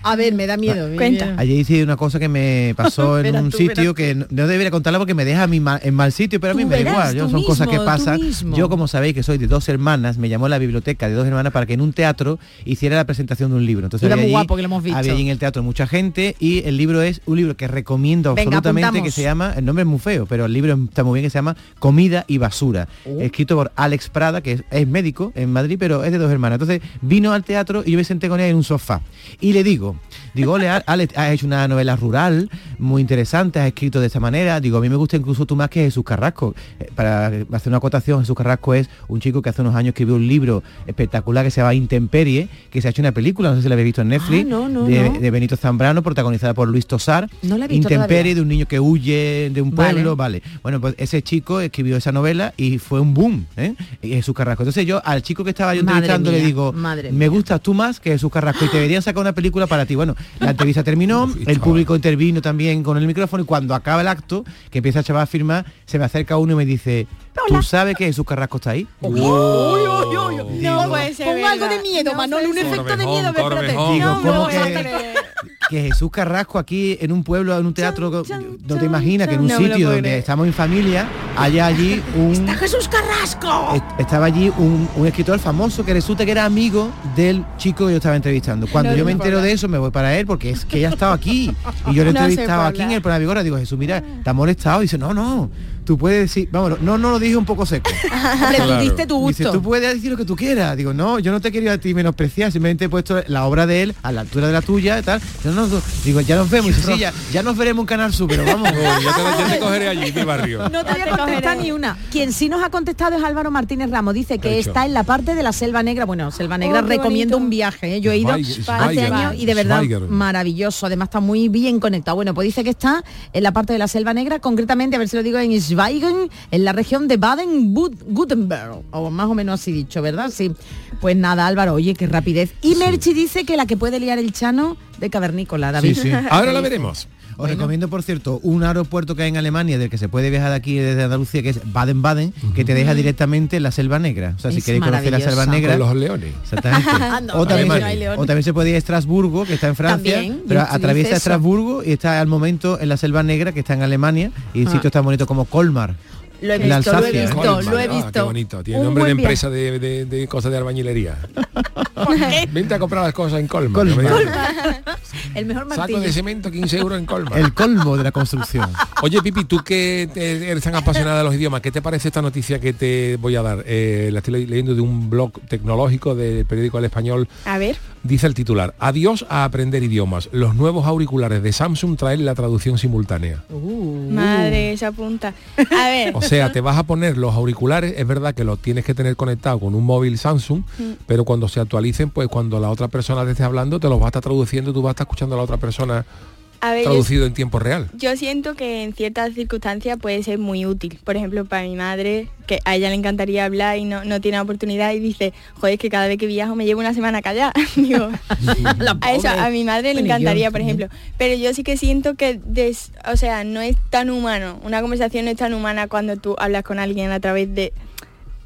Speaker 11: A ver,
Speaker 12: Mm.
Speaker 11: me da miedo. me da miedo.
Speaker 13: Ayer hice una cosa que me pasó en
Speaker 11: Verás
Speaker 13: un
Speaker 11: Ah. tú,
Speaker 13: sitio
Speaker 11: verás
Speaker 13: que no, no debería contarla porque me deja a mí ma- en mal sitio, pero a mí
Speaker 11: Tú
Speaker 13: me da
Speaker 11: verás,
Speaker 13: igual. yo-
Speaker 11: tú
Speaker 13: son cosas que
Speaker 11: mismo, tú
Speaker 13: pasan.
Speaker 11: mismo.
Speaker 13: Yo, como sabéis que soy de dos hermanas, me llamó la biblioteca de dos hermanas para que en un teatro hiciera la presentación de un libro. Entonces
Speaker 11: Era
Speaker 13: había
Speaker 11: muy
Speaker 13: allí-
Speaker 11: guapo que lo hemos visto.
Speaker 13: Había allí en el teatro mucha gente y el libro es un libro que recomiendo
Speaker 11: Venga,
Speaker 13: absolutamente
Speaker 11: apuntamos.
Speaker 13: que se llama, el nombre es muy feo, pero el libro está muy bien, que se llama Comida y Basura.
Speaker 11: Oh.
Speaker 13: Escrito por Alex Prada, que es, es médico en Madrid, pero es de dos hermanas. Entonces vino al teatro y yo me senté con ella en un sofá. Y le digo, digo, "Ole, Al- Alex, has hecho una novela rural muy interesante, has escrito de esta manera. Digo, a mí me gusta incluso tú más que Jesús Carrasco. Eh, Para hacer una acotación, Jesús Carrasco es un chico que hace unos años escribió un libro espectacular que se llama Intemperie, que se ha hecho una película, no sé si la habéis visto en Netflix,
Speaker 11: Ah, no, no,
Speaker 13: de,
Speaker 11: no.
Speaker 13: de Benito Zambrano, protagonizada por Luis Tosar.
Speaker 11: No la he visto
Speaker 13: Intemperie
Speaker 11: todavía.
Speaker 13: de un niño que huye de un
Speaker 11: Vale.
Speaker 13: pueblo, vale. Bueno, pues ese chico escribió esa novela y fue un boom, ¿eh? Y Jesús Carrasco. Entonces yo al chico que estaba yo
Speaker 11: Madre
Speaker 13: entrevistando le
Speaker 11: mía,
Speaker 13: digo,
Speaker 11: madre
Speaker 13: me gustas tú más que Jesús Carrasco y te deberían sacar una película para para ti. Bueno, la entrevista terminó, el público intervino también con el micrófono y cuando acaba el acto, que empieza el chaval a firmar, se me acerca uno y me dice, ¿tú sabes que Jesús Carrasco está ahí?
Speaker 12: No puede ser.
Speaker 11: Pongo algo
Speaker 12: verdad.
Speaker 11: de miedo,
Speaker 12: No
Speaker 11: Manolo, un
Speaker 12: puede ser.
Speaker 11: efecto de miedo, pero espérate.
Speaker 13: Digo,
Speaker 11: No,
Speaker 13: ¿cómo
Speaker 11: no,
Speaker 13: que- que Jesús Carrasco aquí en un pueblo, en un teatro, no te imaginas que en un
Speaker 11: chan. No me lo
Speaker 13: sitio
Speaker 11: puedo
Speaker 13: donde
Speaker 11: creer.
Speaker 13: estamos en familia, haya allí un...
Speaker 11: Jesús Carrasco.
Speaker 13: est- Estaba allí un, un escritor famoso que resulta que era amigo del chico que yo estaba entrevistando. Cuando
Speaker 11: No
Speaker 13: yo me
Speaker 11: se
Speaker 13: entero
Speaker 11: puede.
Speaker 13: de eso, me voy para él porque es que ella ha estado aquí. Y yo le he
Speaker 11: No se
Speaker 13: entrevistado
Speaker 11: puede
Speaker 13: aquí en el programa Vigora. Digo, Jesús, mira,
Speaker 11: Ah.
Speaker 13: te ha molestado. Dice, no, no, tú puedes decir... Vamos, no, no, lo dije un poco seco.
Speaker 11: Hombre, tú diste tu
Speaker 13: Dice,
Speaker 11: gusto.
Speaker 13: tú puedes decir lo que tú quieras. Digo, no, yo no te quería a ti menospreciar, simplemente he puesto la obra de él a la altura de la tuya y tal. Yo no, no, digo, ya nos vemos. Dice, sí, ya, ya nos veremos en Canal Sur, pero vamos.
Speaker 6: yo, te, yo te cogeré allí, mi barrio.
Speaker 11: No te voy a contestar ni una. Quien sí nos ha contestado es Álvaro Martínez Ramos. Dice que
Speaker 6: Hecho.
Speaker 11: está en la parte de la Selva Negra. Bueno, Selva Negra
Speaker 12: qué
Speaker 11: recomiendo un viaje. ¿eh? Yo he ido
Speaker 12: Schweiger,
Speaker 11: hace
Speaker 12: Schweiger,
Speaker 11: años y de verdad
Speaker 12: Schweiger.
Speaker 11: maravilloso. Además está muy bien conectado. Bueno, pues dice que está en la parte de la Selva Negra, concretamente, a ver si lo digo, en Schweigen, en la región de Baden-Württemberg. O más o menos así dicho, ¿verdad? Sí. Pues nada, Álvaro, oye, qué rapidez. Y Merchi dice que la que puede liar el chano de Cavernícola, David.
Speaker 6: Ahora la veremos.
Speaker 13: Os recomiendo, por cierto, un aeropuerto que hay en Alemania del que se puede viajar de aquí desde Andalucía, que es Baden-Baden, que te deja directamente en la Selva Negra. O sea, si
Speaker 6: Es
Speaker 13: queréis conocer la Selva
Speaker 6: maravillosa.
Speaker 13: Negra...
Speaker 6: Con los leones. Ah,
Speaker 13: Exactamente.
Speaker 6: No,
Speaker 13: o, también
Speaker 6: Alemania.
Speaker 13: se,
Speaker 6: No hay leones.
Speaker 13: o también se puede ir a Estrasburgo, que está en Francia,
Speaker 6: También,
Speaker 13: pero
Speaker 6: dice
Speaker 13: atraviesa
Speaker 6: eso.
Speaker 13: Estrasburgo y está al momento en la Selva Negra, que está en Alemania, y
Speaker 6: Ah.
Speaker 13: sitios tan bonitos como Colmar.
Speaker 11: Lo he
Speaker 13: en
Speaker 11: visto, lo he
Speaker 13: Alsacia, ¿eh?
Speaker 11: visto, Colmar, lo he
Speaker 6: Ah, qué
Speaker 11: visto.
Speaker 6: bonito. Tiene
Speaker 11: Un
Speaker 6: nombre de
Speaker 11: buen viaje.
Speaker 6: empresa de, de- de cosas de albañilería. Vente a comprar las cosas en Colma.
Speaker 11: El mejor
Speaker 6: Saco
Speaker 11: martillo.
Speaker 6: de cemento 15 euros en Colma.
Speaker 13: El colmo de la construcción.
Speaker 6: Oye, Pipi, tú que te- eres tan apasionada de los idiomas, ¿qué te parece esta noticia que te voy a dar? Eh, la estoy le- leyendo de un blog tecnológico del periódico El Español.
Speaker 12: A ver.
Speaker 6: Dice el titular, adiós a aprender idiomas. Los nuevos auriculares de Samsung traen la traducción simultánea.
Speaker 13: Uh.
Speaker 12: Madre, esa punta. A ver.
Speaker 6: O sea, te vas a poner los auriculares, es verdad que los tienes que tener conectado con un móvil Samsung,
Speaker 12: Mm.
Speaker 6: pero cuando se actualicen, pues cuando la otra persona te esté hablando, te los va a estar traduciendo, tú vas a estar escuchando a la otra persona
Speaker 12: A ver, yo-
Speaker 6: traducido en tiempo real.
Speaker 12: Yo siento que en ciertas circunstancias puede ser muy útil. Por ejemplo, para mi madre, que a ella le encantaría hablar y no, no tiene la oportunidad y dice, joder, es que cada vez que viajo me llevo una semana callada. Digo, a, eso, a mi madre le
Speaker 11: Bueno, yo
Speaker 12: encantaría, por
Speaker 11: también.
Speaker 12: ejemplo. Pero yo sí que siento que, des- o sea, no es tan humano. Una conversación no es tan humana cuando tú hablas con alguien a través de,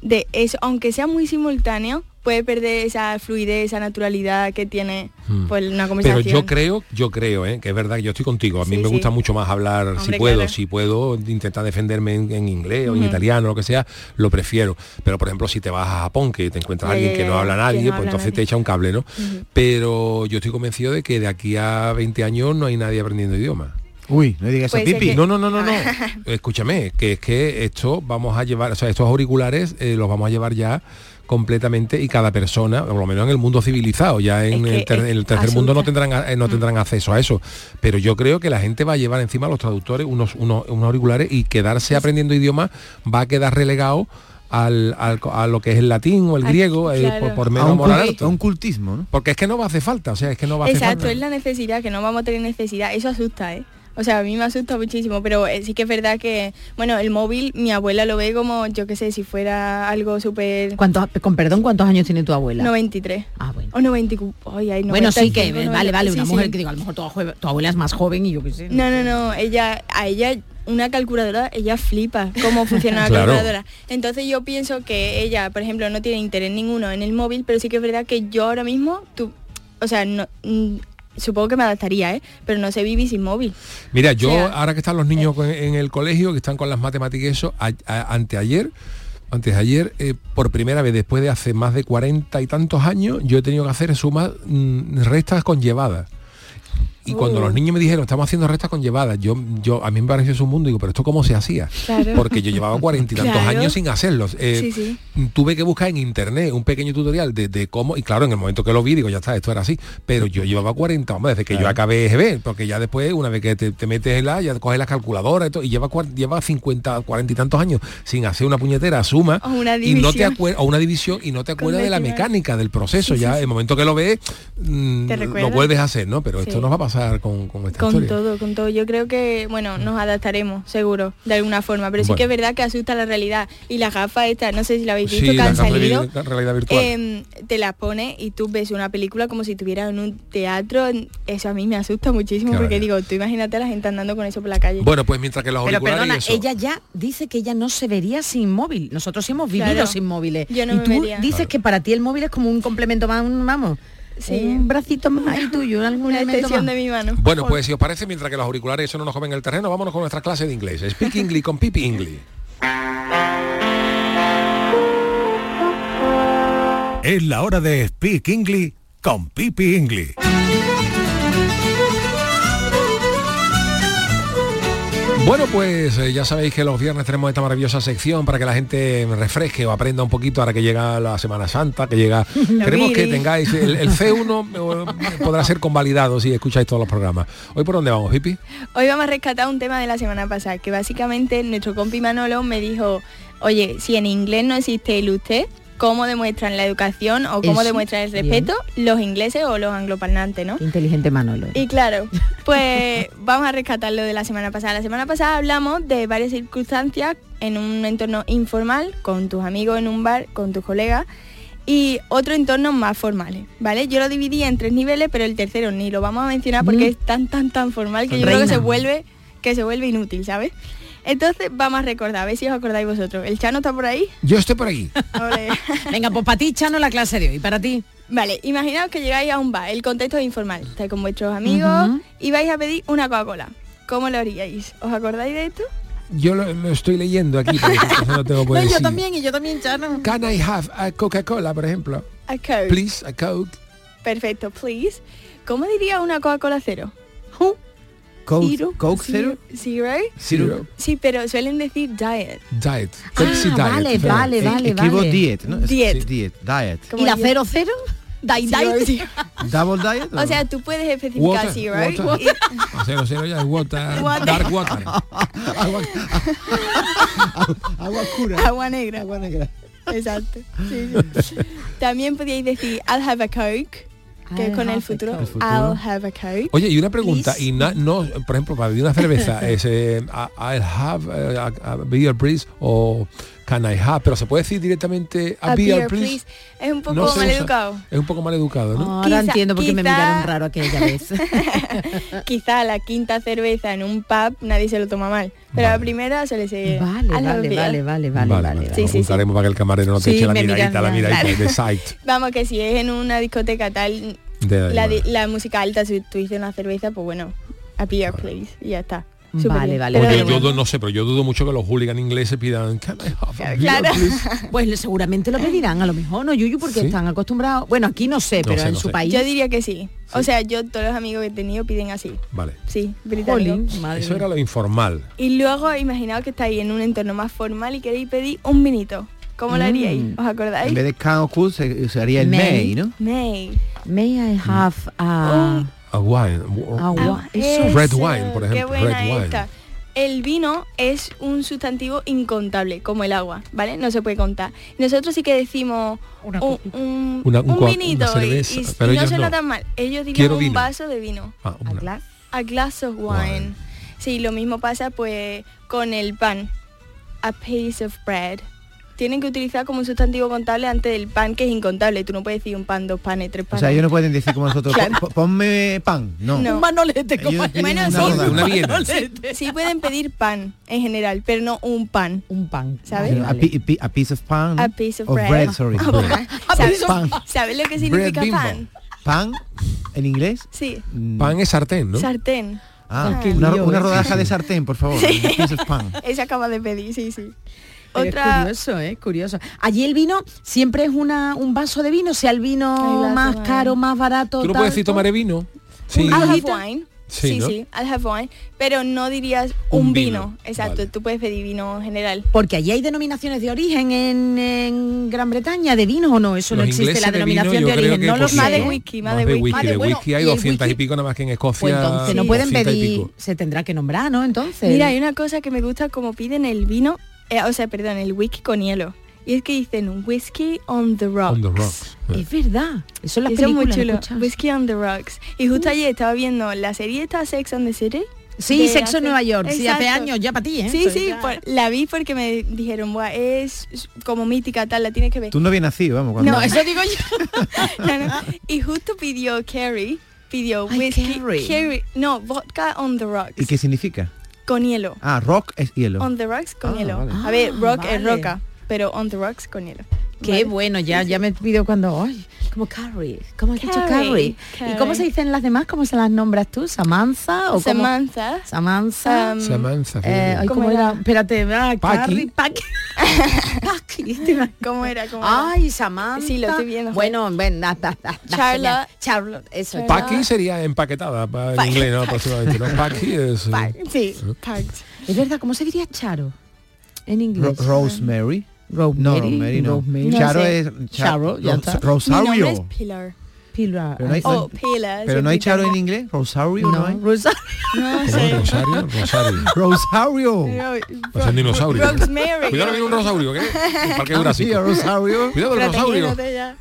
Speaker 12: de eso. Aunque sea muy simultáneo, puede perder esa fluidez, esa naturalidad que tiene
Speaker 6: Mm.
Speaker 12: pues, una
Speaker 6: Pero
Speaker 12: conversación.
Speaker 6: yo creo, yo creo, ¿eh? que es verdad que yo estoy contigo. A mí
Speaker 12: Sí,
Speaker 6: me
Speaker 12: sí.
Speaker 6: gusta mucho más hablar, si
Speaker 12: Hombre,
Speaker 6: puedo,
Speaker 12: claro.
Speaker 6: si puedo intentar defenderme en, en inglés o en
Speaker 12: Ujú.
Speaker 6: italiano, lo que sea, lo prefiero. Pero por ejemplo, si te vas a Japón, que te encuentras a
Speaker 12: Ya,
Speaker 6: alguien
Speaker 12: ya,
Speaker 6: que
Speaker 12: ya,
Speaker 6: no habla
Speaker 12: Eh, que no
Speaker 6: nadie, pues
Speaker 12: habla
Speaker 6: entonces
Speaker 12: nadie.
Speaker 6: te echa un cable, ¿no?
Speaker 12: Ujú.
Speaker 6: Pero yo estoy convencido de que de aquí a 20 años no hay nadie aprendiendo idiomas.
Speaker 13: Uy, no digas
Speaker 12: Puede
Speaker 13: eso,
Speaker 12: ser
Speaker 13: Pipi.
Speaker 12: que-
Speaker 6: No,
Speaker 12: Ah,
Speaker 6: no, no, no, no. Escúchame, que es que esto vamos a llevar, o sea, estos auriculares eh, los vamos a llevar ya completamente y cada persona, por lo menos en el mundo civilizado, ya en,
Speaker 12: que
Speaker 6: el, ter-
Speaker 12: es- Mm.
Speaker 6: en el tercer
Speaker 12: asusta.
Speaker 6: mundo no tendrán a- eh, no tendrán acceso a eso. Pero yo creo que la gente va a llevar encima a los traductores unos, unos, unos auriculares y quedarse aprendiendo idiomas va a quedar relegado al, al- a lo que es el latín o el
Speaker 12: Al-
Speaker 6: griego, eh,
Speaker 12: claro.
Speaker 6: por, por
Speaker 13: a,
Speaker 6: menos
Speaker 13: un
Speaker 6: moral
Speaker 13: culti-
Speaker 6: harto.
Speaker 13: a un cultismo, ¿no?
Speaker 6: Porque es que no va a hacer falta, o sea, es que no va a hacer
Speaker 12: Exacto,
Speaker 6: falta.
Speaker 12: es la necesidad, que no vamos a tener necesidad. Eso asusta, ¿eh? O sea, a mí me asusta muchísimo, pero eh, sí que es verdad que, bueno, el móvil, mi abuela lo ve como, yo qué sé, si fuera algo súper...
Speaker 11: ¿Cuántos- con perdón, ¿cuántos años tiene tu abuela?
Speaker 12: 93.
Speaker 11: Ah, bueno.
Speaker 12: O 94. Ay, ay,
Speaker 11: Bueno, sí que,
Speaker 12: 95,
Speaker 11: vale, vale, una
Speaker 12: 90, sí,
Speaker 11: mujer
Speaker 12: sí.
Speaker 11: que digo, a lo mejor tu, ajue- tu abuela es más joven y yo qué sé.
Speaker 12: No, no, no, ella, a ella, una calculadora, ella flipa cómo funciona la
Speaker 11: Claro.
Speaker 12: calculadora. Entonces yo pienso que ella, por ejemplo, no tiene interés ninguno en el móvil, pero sí que es verdad que yo ahora mismo, tú, o sea, no, mm, supongo que me adaptaría, ¿eh? Pero no sé vivir sin móvil.
Speaker 6: Mira, yo
Speaker 12: O sea,
Speaker 6: ahora que están los
Speaker 14: eh,
Speaker 6: niños con- en el colegio, que están con las matemáticas y eso, a- a- anteayer, antes de ayer, eh, por primera vez después de hace más de cuarenta y tantos años, yo he tenido que hacer sumas, mm, restas conllevadas. Y cuando
Speaker 14: Uh.
Speaker 6: los niños me dijeron, estamos haciendo restas conllevadas, yo, yo a mí me pareció su mundo, digo, pero esto cómo se hacía.
Speaker 14: Claro.
Speaker 6: Porque yo llevaba cuarenta y tantos
Speaker 14: Claro.
Speaker 6: años sin hacerlos. Eh,
Speaker 14: Sí, sí.
Speaker 6: Tuve que buscar en internet un pequeño tutorial de, de cómo, y claro, en el momento que lo vi, digo, ya está, esto era así. Pero yo llevaba 40, hombre, desde que yo acabé EGB, porque ya después, una vez que te, te metes en la, ya coges las calculadoras y todo, y lleva, cuar- lleva 50, 40 y tantos años sin hacer una puñetera suma
Speaker 14: O una
Speaker 6: y no te
Speaker 14: división.
Speaker 6: acuer- o una división y no te acuerdas de la
Speaker 14: decimal.
Speaker 6: mecánica del proceso.
Speaker 14: Sí, sí,
Speaker 6: ya
Speaker 14: sí.
Speaker 6: el momento que lo ves, mm,
Speaker 14: ¿Te
Speaker 6: lo
Speaker 14: recuerdas?
Speaker 6: vuelves a hacer, ¿no? Pero esto
Speaker 14: Sí.
Speaker 6: nos va a pasar pasar con, con esta
Speaker 12: Con
Speaker 6: historia.
Speaker 12: todo, con todo. Yo creo que, bueno, nos adaptaremos, seguro, de alguna forma. Pero sí
Speaker 6: Bueno.
Speaker 12: que es verdad que asusta la realidad. Y las gafas estas, no sé si la habéis visto,
Speaker 6: sí,
Speaker 12: que
Speaker 6: la
Speaker 12: han
Speaker 6: gafas de
Speaker 12: salido.
Speaker 6: vi- realidad virtual.
Speaker 12: em, te las pones y tú ves una película como si estuvieras en un teatro. Eso a mí me asusta muchísimo
Speaker 6: Qué
Speaker 12: porque
Speaker 6: barbaridad.
Speaker 12: digo, tú imagínate a la gente andando con eso por la calle.
Speaker 6: Bueno, pues mientras que los
Speaker 11: Pero
Speaker 6: auriculares
Speaker 11: perdona,
Speaker 6: y eso.
Speaker 11: ella ya dice que ella no se vería sin móvil. Nosotros sí hemos vivido
Speaker 12: Claro.
Speaker 11: sin móviles.
Speaker 12: Yo no
Speaker 11: y
Speaker 12: me
Speaker 11: tú
Speaker 12: vería.
Speaker 11: dices
Speaker 12: Claro.
Speaker 11: que para ti el móvil es como un complemento más, un- vamos, un bracito más ahí tuyo, algún
Speaker 12: Una
Speaker 11: elemento
Speaker 12: extensión
Speaker 11: más.
Speaker 12: de mi mano.
Speaker 6: Bueno, pues si os parece, mientras que los auriculares y eso no nos comen el terreno, vámonos con nuestra clase de inglés. Speak English con Pipi English.
Speaker 14: Es la hora de Speak English con Pipi English.
Speaker 6: Bueno, pues eh, ya sabéis que los viernes tenemos esta maravillosa sección para que la gente refresque o aprenda un poquito ahora que llega la Semana Santa, que llega...
Speaker 15: La
Speaker 6: Queremos que
Speaker 15: Viri.
Speaker 6: tengáis... El, el C1 eh, podrá ser convalidado si escucháis todos los programas. ¿Hoy por dónde vamos, Pipi?
Speaker 12: Hoy vamos a rescatar un tema de la semana pasada, que básicamente nuestro compi Manolo me dijo, oye, si en inglés no existe el usted, ¿cómo demuestran la educación o cómo
Speaker 11: Eso,
Speaker 12: demuestran el
Speaker 11: bien.
Speaker 12: respeto los ingleses o los angloparlantes, no?
Speaker 11: Qué Inteligente Manolo.
Speaker 12: Y claro, pues vamos a rescatar lo de la semana pasada. La semana pasada hablamos de varias circunstancias en un entorno informal, con tus amigos en un bar, con tus colegas, y otros entornos más formales, ¿vale? Yo lo dividí en tres niveles, pero el tercero ni lo vamos a mencionar porque es tan, tan, tan formal que yo creo que
Speaker 11: Reina.
Speaker 12: se vuelve, que se vuelve inútil, ¿sabes? Entonces vamos a recordar, a ver si os acordáis vosotros. ¿El Chano está por ahí?
Speaker 6: Yo estoy por aquí.
Speaker 11: Venga, pues para ti, Chano, la clase de hoy. Para ti.
Speaker 12: Vale, imaginaos que llegáis a un bar, el contexto es informal, estáis con vuestros amigos
Speaker 6: Ujú.
Speaker 12: y vais a pedir una Coca-Cola. ¿Cómo lo haríais? ¿Os acordáis de esto?
Speaker 6: Yo lo, lo estoy leyendo aquí, porque entonces no tengo por decir.
Speaker 12: y yo también, Chano.
Speaker 6: Can I have a Coca-Cola, por ejemplo?
Speaker 12: A Coke.
Speaker 6: Please, a Coke.
Speaker 12: Perfecto, please. ¿Cómo diría una Coca-Cola cero?
Speaker 13: Coke, Coke Zero.
Speaker 12: Zero.
Speaker 13: Zero.
Speaker 12: Sí, pero suelen decir diet.
Speaker 6: Diet.
Speaker 13: Pepsi
Speaker 12: Ah, vale,
Speaker 13: Diet.
Speaker 12: vale,
Speaker 13: Eh,
Speaker 12: vale,
Speaker 13: Escribo
Speaker 12: vale.
Speaker 13: diet, ¿no?
Speaker 12: Diet.
Speaker 13: Sí, diet. Diet.
Speaker 12: Como diet.
Speaker 11: cero? Diet,
Speaker 12: Zero,
Speaker 11: diet.
Speaker 12: zero.
Speaker 13: Double diet.
Speaker 12: O sea, tú puedes especificar
Speaker 13: Water,
Speaker 12: zero
Speaker 13: water.
Speaker 12: y-
Speaker 6: A cero, cero ya es water,
Speaker 12: Water.
Speaker 6: Dark water.
Speaker 13: agua oscura.
Speaker 12: Agua negra. Agua negra. Exacto. Sí, sí. También podíais decir I'll have a Coke, que es con el futuro.
Speaker 6: Coke. El futuro.
Speaker 12: I'll have a Coke.
Speaker 6: Oye, y una pregunta, y na- no, por ejemplo, para pedir una cerveza, es eh, I- I'll have eh, a, a beer please o can I have, pero se puede decir directamente a, beer, please.
Speaker 12: Es un poco
Speaker 6: No se usa.
Speaker 12: mal educado.
Speaker 6: Es un poco mal educado, ¿no?
Speaker 11: Ahora entiendo por qué me miraron raro aquella vez.
Speaker 12: quizá la quinta cerveza en un pub nadie se lo toma mal. Pero a la primera se le se Vale,
Speaker 11: vale, vale, vale,
Speaker 6: Vale,
Speaker 11: vale, vale.
Speaker 6: vale,
Speaker 11: Sí,
Speaker 6: lo
Speaker 11: sí, sí.
Speaker 6: apuntaremos para que el camarero no te
Speaker 12: Sí,
Speaker 6: eche la
Speaker 12: me
Speaker 6: miradita,
Speaker 12: miran,
Speaker 6: la miradita
Speaker 12: claro.
Speaker 6: de sight.
Speaker 12: Vamos, que si es en una discoteca tal,
Speaker 6: De-
Speaker 12: la, di- la música alta, si tú dices una cerveza, pues bueno, a beer please, y ya está. Súper bien.
Speaker 6: Porque
Speaker 12: Pero
Speaker 6: yo dudo- no sé, pero yo dudo mucho que los hooligans ingleses pidan can I have a beer please.
Speaker 11: Pues le- seguramente lo pedirán, a lo mejor, ¿no, Yuyu? Porque están acostumbrados. Bueno, aquí no sé,
Speaker 6: No
Speaker 11: pero
Speaker 6: sé,
Speaker 11: en
Speaker 6: no
Speaker 11: su
Speaker 6: sé.
Speaker 11: país.
Speaker 12: Yo diría que sí. O sea, yo todos los amigos que he tenido piden así.
Speaker 6: Vale.
Speaker 12: Sí, británico.
Speaker 6: Eso era lo informal.
Speaker 12: Y luego imaginaos que estáis en un entorno más formal y queréis pedir un vinito. ¿Cómo lo
Speaker 13: Mm.
Speaker 12: haríais? ¿Os acordáis?
Speaker 13: En vez de can o cool se usaría el may, ¿no?
Speaker 12: May.
Speaker 11: May I have a...
Speaker 6: A wine.
Speaker 11: ah, A wi- eso
Speaker 12: Ah, Eso,
Speaker 6: Red wine, por
Speaker 12: Qué
Speaker 6: ejemplo.
Speaker 12: buena
Speaker 6: Red wine.
Speaker 12: esta. El vino es un sustantivo incontable, como el agua, ¿vale? No se puede contar. Nosotros sí que decimos un, un-
Speaker 6: Una- un
Speaker 12: un
Speaker 6: cua- una
Speaker 12: vinito y-
Speaker 6: cerveza,
Speaker 12: y, s-
Speaker 6: pero
Speaker 12: no
Speaker 6: ellos
Speaker 12: se
Speaker 6: no.
Speaker 12: nota mal. Ellos dirían
Speaker 6: Quiero
Speaker 12: un
Speaker 6: vino.
Speaker 12: vaso de vino.
Speaker 6: Ah, una.
Speaker 12: A glass of wine. Sí, lo mismo pasa pues con el pan. A piece of bread. Tienen que utilizar como un sustantivo contable antes del pan, que es incontable. Tú no puedes decir un pan, dos panes, tres
Speaker 13: O
Speaker 12: panes.
Speaker 13: sea, ellos no pueden decir como nosotros,
Speaker 12: Claro.
Speaker 13: "Pon- ponme pan. No.
Speaker 12: No. Un
Speaker 11: manolete,
Speaker 13: Ellos tienen
Speaker 12: Bueno,
Speaker 13: una
Speaker 12: sí.
Speaker 13: rodada.
Speaker 12: Sí, sí pueden pedir pan en general, pero no un pan.
Speaker 11: Un pan.
Speaker 12: ¿Sabes?
Speaker 13: A, pi- pi- a piece of pan. ¿no?
Speaker 12: A piece of
Speaker 13: Of
Speaker 12: bread.
Speaker 13: sorry.
Speaker 12: Ah, bueno. ¿Sabes,
Speaker 13: Pan.
Speaker 12: sabes lo que significa
Speaker 13: Bread
Speaker 12: pan?
Speaker 13: bimbo. Pan, en inglés.
Speaker 12: Sí.
Speaker 6: Pan es sartén, ¿no?
Speaker 12: Sartén.
Speaker 13: Ah,
Speaker 12: Ah, qué
Speaker 13: una,
Speaker 12: lío,
Speaker 13: una
Speaker 12: ¿eh?
Speaker 13: rodaja de sartén, por favor.
Speaker 12: Sí.
Speaker 13: A piece of pan.
Speaker 12: Esa acaba de pedir, sí, sí.
Speaker 11: Pero
Speaker 12: Otra-
Speaker 11: Es curioso, es curioso. Allí el vino siempre es una, un vaso de vino, sea el vino más caro, más barato.
Speaker 6: Tú no
Speaker 11: tal,
Speaker 6: puedes decir
Speaker 11: tal.
Speaker 6: tomaré vino. Sí.
Speaker 12: I'll have
Speaker 11: eh.
Speaker 12: wine.
Speaker 6: Sí,
Speaker 12: Sí,
Speaker 6: ¿no?
Speaker 12: sí, I'll have wine. Pero no dirías
Speaker 6: Un
Speaker 12: un,
Speaker 6: vino.
Speaker 12: vino. Exacto, tú puedes pedir vino en general.
Speaker 11: Porque allí hay denominaciones de origen en, en Gran Bretaña de vino o no, eso
Speaker 6: Los
Speaker 11: no existe
Speaker 6: ingleses
Speaker 11: la
Speaker 6: de vino,
Speaker 11: denominación
Speaker 6: yo
Speaker 11: de,
Speaker 6: creo
Speaker 11: origen,
Speaker 6: que
Speaker 11: no lo
Speaker 6: poquito.
Speaker 11: sé.
Speaker 12: Más de whisky, más de whisky.
Speaker 6: whisky, de
Speaker 11: bueno,
Speaker 6: whisky hay
Speaker 11: y el
Speaker 6: 200 y pico nada más que en Escocia.
Speaker 11: Pues entonces no pueden
Speaker 6: 200 y
Speaker 11: pedir,
Speaker 6: pico.
Speaker 11: se tendrá que nombrar, ¿no? Entonces.
Speaker 12: Mira, hay una cosa que me gusta como piden el vino, eh, o sea, perdón, el whisky con hielo. Y Y es que dicen Whiskey on the Rocks.
Speaker 6: On the rocks.
Speaker 11: Es verdad. Eso es la
Speaker 12: Eso es muy
Speaker 11: película.
Speaker 12: chulo.
Speaker 11: escucha.
Speaker 12: Whiskey on the Rocks. Y justo ayer estaba viendo la serie esta Sex on the City.
Speaker 11: Sí,
Speaker 12: de
Speaker 11: Sexo en Nueva York. Sí, hace
Speaker 12: Exacto.
Speaker 11: años ya para ti, ¿eh?
Speaker 12: Sí,
Speaker 11: Eso
Speaker 12: sí,
Speaker 11: ya-
Speaker 12: por- la vi porque me dijeron, Buah, es como mítica, tal, la tienes que ver.
Speaker 13: Tú no habías nacido, vamos. Cuando...
Speaker 12: No, eso digo yo. No, no. Y justo pidió Carrie, pidió whisky,
Speaker 13: Carrie.
Speaker 12: Carrie, no, vodka on the rocks,
Speaker 13: ¿Y qué significa?
Speaker 12: con hielo.
Speaker 13: Ah, rock es hielo.
Speaker 12: On the rocks con
Speaker 13: Ah,
Speaker 12: hielo.
Speaker 13: vale.
Speaker 12: A ver,
Speaker 11: Ah,
Speaker 12: rock es
Speaker 11: vale.
Speaker 12: roca, pero on the rocks con hielo.
Speaker 11: Qué bueno, ya, ya me pido cuando. Ay, como Carrie. ¿Cómo has dicho
Speaker 12: Carrie,
Speaker 11: Carrie?
Speaker 12: Carrie.
Speaker 11: ¿Y cómo se dicen las demás? ¿Cómo se las nombras tú? ¿Samantha? O cómo?
Speaker 12: Samantha.
Speaker 11: Samantha.
Speaker 12: Um,
Speaker 6: Samantha,
Speaker 11: Eh, ay, ¿cómo, era? Espérate, ah, Carrie, Paqui.
Speaker 12: ¿Cómo era? ¿Cómo era?
Speaker 11: Ay, Samantha.
Speaker 12: Sí, lo estoy viendo.
Speaker 11: Bueno, ven, da, da, da, da,
Speaker 12: Charlotte.
Speaker 11: genial. Charlotte, eso. es.
Speaker 6: Paqui sería empaquetada pa- en
Speaker 11: Pa-
Speaker 6: inglés, ¿no?
Speaker 11: pa-
Speaker 6: Aproximadamente, ¿no? Paqui es... eh,
Speaker 11: Sí, Es verdad, ¿cómo se diría Charo? En
Speaker 13: Ro-
Speaker 11: inglés.
Speaker 13: Rosemary. no, Rosemary no.
Speaker 11: Rosemary.
Speaker 13: Charo
Speaker 11: No sé.
Speaker 13: es...
Speaker 11: Charo, ya está.
Speaker 12: Mi nombre
Speaker 13: Rosario.
Speaker 12: es Pilar.
Speaker 11: Pilar.
Speaker 13: Pero no hay-
Speaker 12: Oh, Pilar.
Speaker 13: Pero no hay
Speaker 12: significa-
Speaker 13: Charo en inglés. Rosario no, hay.
Speaker 12: No
Speaker 6: ¿cómo?
Speaker 12: sé.
Speaker 6: Rosario, Rosario.
Speaker 13: Rosario.
Speaker 12: Pero-
Speaker 6: Parece un dinosaurio.
Speaker 12: Rosemary.
Speaker 6: Cuidado que viene un rosaurio, ¿qué? El Parque
Speaker 13: Ah, sí,
Speaker 6: Jurásico.
Speaker 13: el Rosario.
Speaker 6: Cuidado el rosaurio.
Speaker 12: Protegiéndote ya.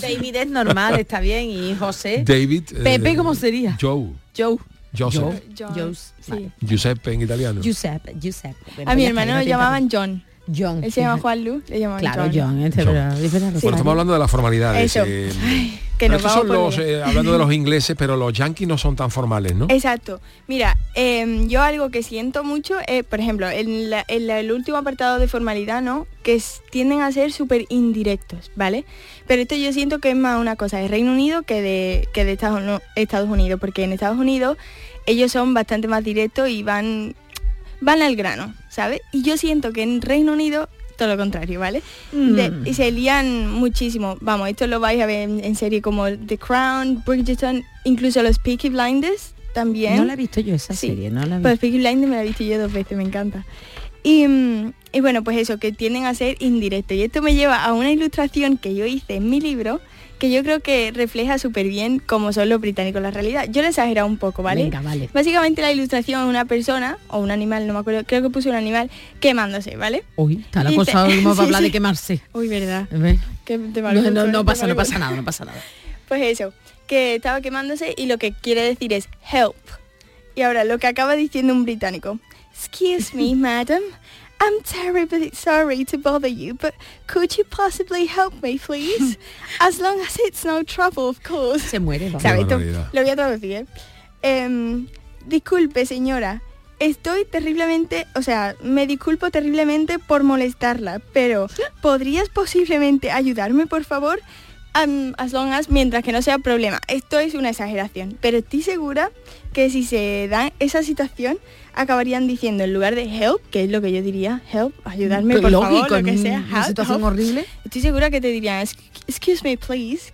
Speaker 11: David es normal, está bien. Y José.
Speaker 6: David. eh,
Speaker 11: Pepe, ¿cómo sería?
Speaker 6: Joe.
Speaker 11: Joe.
Speaker 6: Joseph.
Speaker 12: John, sí.
Speaker 6: Giuseppe en italiano.
Speaker 11: Giuseppe, Giuseppe. Bueno, pues
Speaker 12: A mi
Speaker 11: ya
Speaker 12: hermano lo
Speaker 11: está, no te interrumpo.
Speaker 12: llamaban John.
Speaker 11: John.
Speaker 12: Él se llama
Speaker 11: fíjate.
Speaker 12: Juan Luz, le llamaban
Speaker 11: Claro,
Speaker 12: John.
Speaker 11: John, es verdad, es verdad,
Speaker 6: Bueno, estamos
Speaker 11: Rosario.
Speaker 6: hablando de las formalidades.
Speaker 12: Eso.
Speaker 6: eh,
Speaker 12: Ay, que
Speaker 6: pero
Speaker 12: nos
Speaker 6: estos
Speaker 12: vamos
Speaker 6: son
Speaker 12: por
Speaker 6: los,
Speaker 12: día.
Speaker 6: eh, hablando de los ingleses, pero los yankees no son tan formales, ¿no?
Speaker 12: Exacto. Mira, em, yo algo que siento mucho, eh, por ejemplo, en, la- en la- el último apartado de formalidad, ¿no? Que es- tienden a ser súper indirectos, ¿vale? Pero esto yo siento que es más una cosa de Reino Unido que de, que de Estados, Unu- Estados Unidos, porque en Estados Unidos ellos son bastante más directos y van, van al grano, ¿sabes? Y yo siento que en Reino Unido todo lo contrario, ¿vale? De-
Speaker 11: Mm.
Speaker 12: y se lían muchísimo. Vamos, esto lo vais a ver en, en serie como The Crown, Bridgerton, incluso los Peaky Blinders también.
Speaker 11: No la he visto yo esa
Speaker 12: Sí.
Speaker 11: serie, no la he
Speaker 12: Pues
Speaker 11: visto.
Speaker 12: Peaky Blinders me la he visto yo dos veces, me encanta. Y, mm, y bueno, pues eso, que tienden a ser indirectos. Y esto me lleva a una ilustración que yo hice en mi libro, que yo creo que refleja súper bien cómo son los británicos la realidad. Yo lo he exagerado un poco, ¿vale?
Speaker 11: Venga, vale.
Speaker 12: Básicamente la ilustración es una persona, o un animal, no me acuerdo, creo que puse un animal, quemándose, ¿hablar
Speaker 11: Uy, está la
Speaker 12: Y
Speaker 11: cosa
Speaker 12: te-
Speaker 11: como
Speaker 12: sí,
Speaker 11: para hablar de
Speaker 12: sí.
Speaker 11: quemarse.
Speaker 12: Uy, ¿verdad?
Speaker 11: ¿Ves?
Speaker 12: Que te
Speaker 11: No,
Speaker 12: valgo
Speaker 11: no,
Speaker 12: mucho,
Speaker 11: no
Speaker 12: te
Speaker 11: pasa, no
Speaker 12: valgo.
Speaker 11: pasa nada, no pasa nada.
Speaker 12: Pues eso, que estaba quemándose y lo que quiere decir es help. Y ahora lo que acaba diciendo un británico. Excuse me, madam. I'm terribly sorry to bother you, but could you possibly help me, please? As long as it's no trouble, of course.
Speaker 11: Se muere, vamos.
Speaker 12: ¿Sabes?
Speaker 11: Qué
Speaker 12: Esto-
Speaker 11: barbaridad.
Speaker 12: Lo voy a traducir, ¿eh? Em, disculpe, señora. Estoy terriblemente, o sea, me disculpo terriblemente por molestarla, pero ¿podrías posiblemente ayudarme, por favor? Am- as long as, mientras que no sea problema. Esto es una exageración, pero estoy segura que si se da esa situación, acabarían diciendo en lugar de help, que es lo que yo diría, help, ayudarme,
Speaker 11: Pero
Speaker 12: por
Speaker 11: lógico,
Speaker 12: favor, lo que
Speaker 11: en
Speaker 12: sea,
Speaker 11: una
Speaker 12: help,
Speaker 11: situación
Speaker 12: help.
Speaker 11: horrible.
Speaker 12: Estoy segura que te dirían, "Esc- excuse me, please,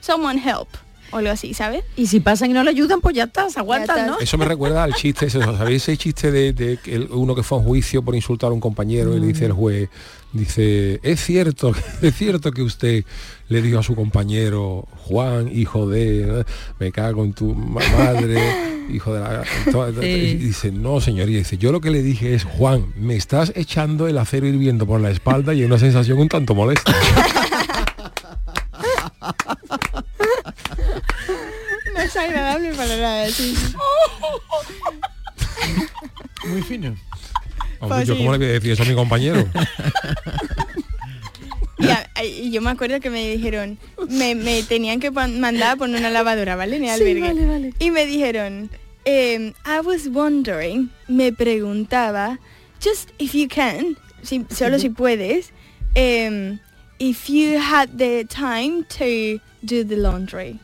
Speaker 12: someone help, o algo así, ¿sabes?
Speaker 11: Y si pasan y no le ayudan, pues ya está, se aguantan, ¿no?
Speaker 6: Eso me recuerda al chiste, ese, ¿sabéis ese chiste de, de que el- uno que fue a un juicio por insultar a un compañero y le dice el juez, dice, es cierto, es cierto que usted le dijo a su compañero, Juan, hijo de, me cago en tu ma- madre, hijo de la... to- to-
Speaker 15: Sí.
Speaker 6: Y dice, no señoría, dice, yo lo que le dije es, Juan, me estás echando el acero hirviendo por la espalda y es una sensación un tanto molesta.
Speaker 12: No es agradable para nada, sí.
Speaker 13: Muy fino.
Speaker 6: Hombre, yo cómo le voy a decir eso a mi compañero.
Speaker 12: Y, a- a- y yo me acuerdo que me dijeron, me, me tenían que pon- mandar a poner una lavadora, ¿vale? En el
Speaker 11: Sí,
Speaker 12: albergue.
Speaker 11: vale, vale.
Speaker 12: Y me dijeron, em, I was wondering, me preguntaba, just if you can, si- solo si puedes, em, if you had the time to do the laundry.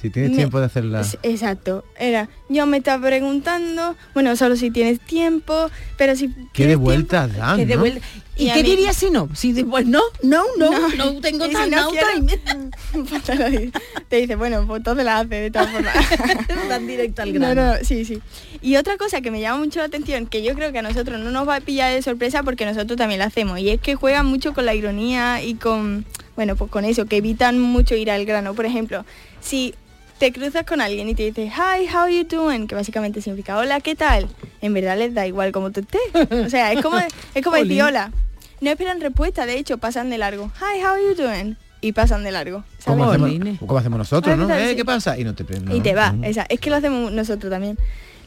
Speaker 13: Si tienes
Speaker 12: Me-
Speaker 13: tiempo de hacerla.
Speaker 12: Es- Exacto, era, yo me estaba preguntando, bueno, solo si tienes tiempo, pero si...
Speaker 13: Qué de vuelta dan,
Speaker 11: Que de
Speaker 13: Ah, ¿no?
Speaker 11: vuelta- ¿Y,
Speaker 12: Y a
Speaker 11: qué
Speaker 12: mí-
Speaker 11: dirías si no? Si de- pues no, no, no, no, tengo
Speaker 12: y si
Speaker 11: tan
Speaker 12: no
Speaker 11: no
Speaker 12: quiero,
Speaker 11: time.
Speaker 12: pues te lo dice. Te dice, bueno, pues todo la hace de todas formas.
Speaker 11: Tan directo al
Speaker 12: No,
Speaker 11: grano.
Speaker 12: no, sí, sí. Y otra cosa que me llama mucho la atención, que yo creo que a nosotros no nos va a pillar de sorpresa porque nosotros también la hacemos, y es que juegan mucho con la ironía y con, bueno, pues con eso, que evitan mucho ir al grano. Por ejemplo, si te cruzas con alguien y te dice, hi, how you doing, que básicamente significa, hola, ¿qué tal? En verdad les da igual como tú estés. O sea, es como, es como decir,
Speaker 11: Jolín.
Speaker 12: hola. No esperan respuesta, de hecho, pasan de largo. Hi, how are you doing? Y pasan de largo.
Speaker 13: Como
Speaker 12: ¿sabes?
Speaker 13: hacemos, como hacemos nosotros,
Speaker 12: Ay,
Speaker 13: ¿no?
Speaker 12: ¿qué tal?
Speaker 13: Eh,
Speaker 12: Sí.
Speaker 13: ¿Qué pasa? Y no te pre- no.
Speaker 12: Y te va. esa- es que lo hacemos nosotros también.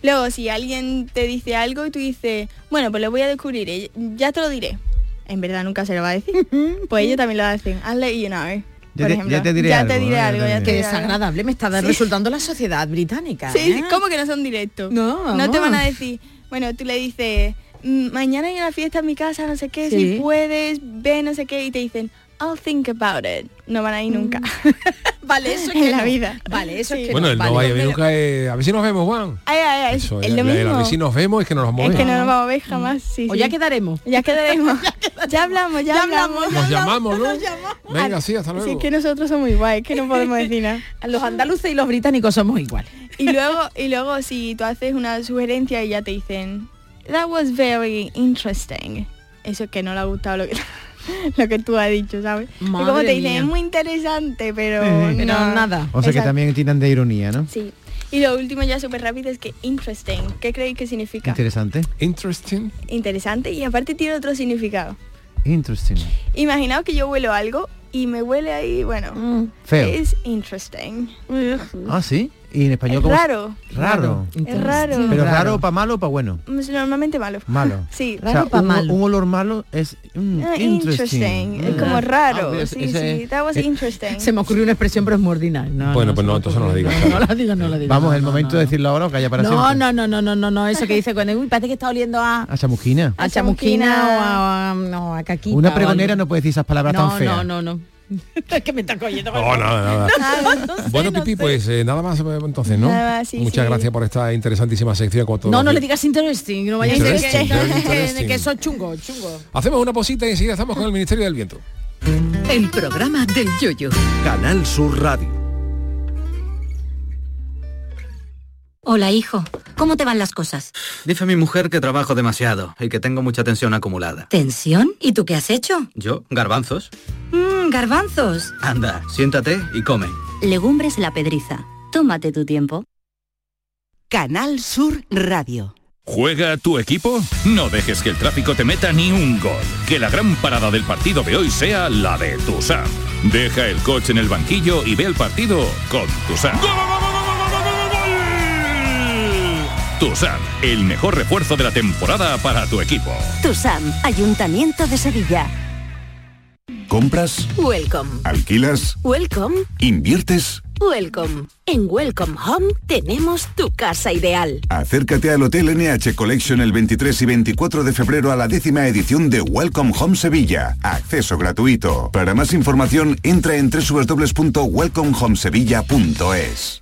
Speaker 12: Luego, si alguien te dice algo y tú dices, bueno, pues lo voy a descubrir, eh, ya te lo diré. En verdad nunca se lo va a decir. pues ellos también lo hacen. I'll let you know.
Speaker 13: Ya
Speaker 12: por
Speaker 13: te-
Speaker 12: ejemplo.
Speaker 13: ya te diré algo, ¿no? Ya
Speaker 12: algo,
Speaker 13: te
Speaker 12: ya
Speaker 13: diré
Speaker 12: te
Speaker 11: Qué
Speaker 12: diré algo.
Speaker 11: desagradable me está
Speaker 12: Sí.
Speaker 11: resultando la sociedad británica.
Speaker 12: Sí,
Speaker 11: ¿eh?
Speaker 12: sí, ¿cómo que no son directos?
Speaker 11: No,
Speaker 12: No te
Speaker 11: vamos.
Speaker 12: van a decir, bueno, tú le dices, "Mm, mañana hay una fiesta en mi casa, no sé qué,
Speaker 11: Sí.
Speaker 12: si puedes, ve, no sé qué, y te dicen, I'll think about it. No van a ir nunca.
Speaker 11: Vale, eso es
Speaker 12: En
Speaker 11: que
Speaker 12: la
Speaker 11: no.
Speaker 12: vida.
Speaker 11: Vale, eso es que
Speaker 6: Bueno, el no
Speaker 11: vale.
Speaker 6: vaya a ver nunca es- A ver si nos vemos, Juan.
Speaker 12: Ay, ay, ay,
Speaker 6: Eso,
Speaker 12: es
Speaker 6: el-
Speaker 12: lo
Speaker 6: el- A ver
Speaker 12: mismo.
Speaker 6: si nos vemos es que no nos movemos.
Speaker 12: Es que no nos vamos a ver jamás. Sí,
Speaker 11: O
Speaker 12: sí.
Speaker 11: ya quedaremos.
Speaker 12: Ya quedaremos. ya hablamos, ya, hablamos.
Speaker 6: Nos llamamos, ¿no? Pues Venga,
Speaker 12: Ah,
Speaker 6: sí, hasta
Speaker 12: sí,
Speaker 6: luego.
Speaker 12: es que nosotros somos iguales, que no podemos decir nada.
Speaker 11: Los andaluces y los británicos somos iguales.
Speaker 12: Y luego, y luego si tú haces una sugerencia y ya te dicen, that was very interesting. Eso es que no le ha gustado lo que, lo que tú has dicho, ¿sabes? Y como
Speaker 11: Madre
Speaker 12: te dicen,
Speaker 11: mía.
Speaker 12: es muy interesante, pero,
Speaker 13: Pero
Speaker 12: no".
Speaker 11: nada.
Speaker 13: O sea que
Speaker 12: Exacto.
Speaker 13: también tiran de ironía, ¿no?
Speaker 12: Sí. Y lo último ya súper rápido es que interesting. ¿Qué creéis que significa?
Speaker 13: Interesante.
Speaker 6: Interesting.
Speaker 12: Interesante y aparte tiene otro significado.
Speaker 13: Interesting.
Speaker 12: Imaginaos que yo huelo algo y me huele ahí, bueno,
Speaker 13: Feo.
Speaker 12: es interesting.
Speaker 13: Ah, sí. Y en español
Speaker 12: Es
Speaker 13: como.
Speaker 12: raro.
Speaker 13: Raro.
Speaker 12: Es raro.
Speaker 13: Pero raro para malo o para bueno.
Speaker 12: Mm, Es Normalmente malo.
Speaker 13: Malo.
Speaker 12: Sí.
Speaker 13: O sea, un, un olor malo es mm,
Speaker 12: Ah,
Speaker 13: interesting.
Speaker 12: interesting. Es
Speaker 13: Mm.
Speaker 12: como raro.
Speaker 13: Ah, es-
Speaker 12: sí,
Speaker 13: ese-
Speaker 12: sí. That was
Speaker 13: eh,
Speaker 12: interesting.
Speaker 11: Se me ocurrió una expresión, pero es muy ordinaria. No,
Speaker 6: bueno, pues no, entonces no lo digas.
Speaker 11: no la digas, no la digas.
Speaker 13: Vamos, el momento de decirlo ahora o calla para
Speaker 11: No,
Speaker 13: siempre.
Speaker 11: no, no, no, no, no, no, eso que dice con el, uy, parece que está oliendo a,
Speaker 13: A chamusquina.
Speaker 11: a chamusquina o a, o a- no, a caquita. o
Speaker 13: Una
Speaker 11: algo.
Speaker 13: pregonera no puede decir esas palabras
Speaker 11: no,
Speaker 13: tan feas.
Speaker 11: No, no, no. es que me está cogiendo.
Speaker 6: No, Oh, nada, nada.
Speaker 11: no,
Speaker 6: bueno, Pipi, pues eh, nada más eh, entonces, ¿no?
Speaker 11: Nada más, sí,
Speaker 6: Muchas
Speaker 11: sí.
Speaker 6: gracias por esta interesantísima sección. como todos
Speaker 11: No,
Speaker 6: los
Speaker 11: no le
Speaker 6: días.
Speaker 11: digas interesting, no vayas a decir que,
Speaker 6: Interesting, very interesting.
Speaker 11: que eso es chungo, chungo.
Speaker 6: Hacemos una posita y enseguida estamos con el Ministerio del Viento.
Speaker 9: El programa del yoyo.
Speaker 14: Canal Sur Radio.
Speaker 15: Hola, hijo. ¿Cómo te van las cosas?
Speaker 16: Dice mi mujer que trabajo demasiado y que tengo mucha tensión acumulada.
Speaker 15: ¿Tensión? ¿Y tú qué has hecho?
Speaker 16: ¿Yo? ¿Garbanzos?
Speaker 15: Mmm, garbanzos.
Speaker 16: Anda, siéntate y come.
Speaker 15: Legumbres la pedriza. Tómate tu tiempo.
Speaker 17: Canal Sur Radio.
Speaker 18: ¿Juega tu equipo? No dejes que el tráfico te meta ni un gol. Que la gran parada del partido de hoy sea la de Tusam. Deja el coche en el banquillo y ve el partido con Tusam. Tusam, el mejor refuerzo de la temporada para tu equipo.
Speaker 19: TUSAM, Ayuntamiento de Sevilla.
Speaker 14: ¿Compras?
Speaker 19: Welcome.
Speaker 14: ¿Alquilas?
Speaker 19: Welcome.
Speaker 14: ¿Inviertes?
Speaker 19: Welcome. En Welcome Home tenemos tu casa ideal.
Speaker 14: Acércate al Hotel NH Collection el 23 y 24 de febrero a la décima edición de Welcome Home Sevilla. Acceso gratuito. Para más información, entra en www.welcomehomesevilla.es.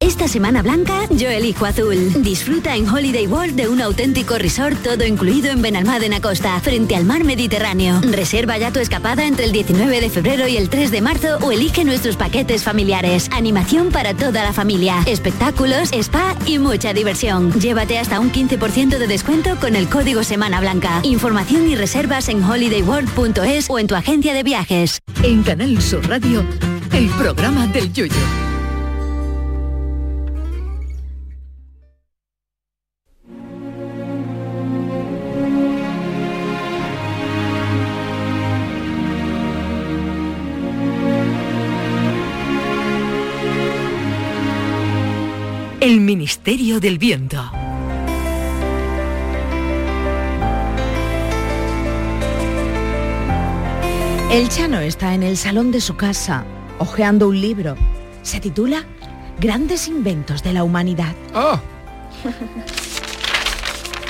Speaker 20: Esta semana blanca yo elijo azul. Disfruta en Holiday World de un auténtico resort todo incluido en Benalmádena Costa, frente al mar Mediterráneo. Reserva ya tu escapada entre el 19 de febrero y el 3 de marzo o elige nuestros paquetes familiares. Animación para toda la familia, espectáculos, spa y mucha diversión. Llévate hasta un 15% de descuento con el código Semana Blanca. Información y reservas en holidayworld.es o en tu agencia de viajes.
Speaker 9: En Canal Sur Radio, el programa del yoyo.
Speaker 21: El Ministerio del Viento.
Speaker 11: El Chano está en el salón de su casa, hojeando un libro. Se titula Grandes inventos de la humanidad.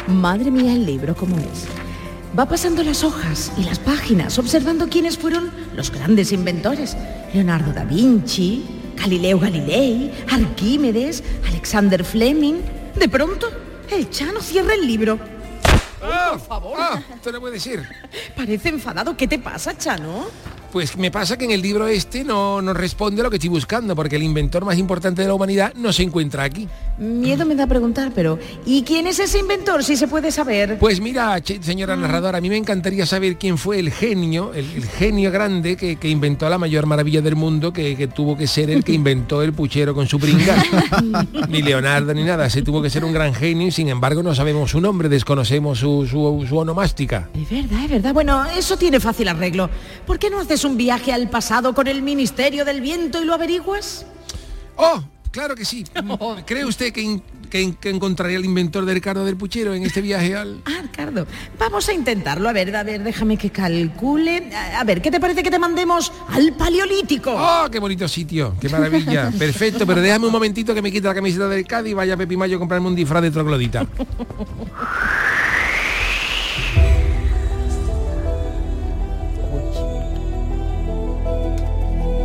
Speaker 11: Madre mía, el libro como es. Va pasando las hojas y las páginas, observando quiénes fueron los grandes inventores. Leonardo da Vinci, Galileo Galilei, Arquímedes, Alexander Fleming. De pronto, el Chano cierra el libro.
Speaker 6: por favor. Ah, te lo voy a decir.
Speaker 11: Parece enfadado. ¿Qué te pasa, Chano?
Speaker 6: Pues me pasa que en el libro este no, no responde a lo que estoy buscando, porque el inventor más importante de la humanidad no se encuentra aquí.
Speaker 11: Miedo me da preguntar, pero ¿y quién es ese inventor, si se puede saber?
Speaker 6: Pues mira, che- señora narradora, a mí me encantaría saber quién fue el genio, el, el genio grande que, que inventó la mayor maravilla del mundo, que, que tuvo que ser el que inventó el puchero con su pringa. ni Leonardo ni nada, se tuvo que ser un gran genio y sin embargo no sabemos su nombre, desconocemos su, su- su onomástica.
Speaker 11: Es verdad, es verdad. Bueno, eso tiene fácil arreglo. ¿Por qué no haces un viaje al pasado con el Ministerio del Viento y lo averiguas?
Speaker 6: ¡Oh! Claro que sí. ¿Cree usted que, in- que in- que encontraría el inventor del cardo del puchero en este viaje al...?
Speaker 11: Ah, Ricardo, vamos a intentarlo. A ver, a ver, déjame que calcule. A a ver, ¿qué te parece que te mandemos al Paleolítico?
Speaker 6: ¡Oh, qué bonito sitio! ¡Qué maravilla! Perfecto, pero déjame un momentito que me quite la camiseta del Cádiz y vaya Pepi Mayo a comprarme un disfraz de troglodita.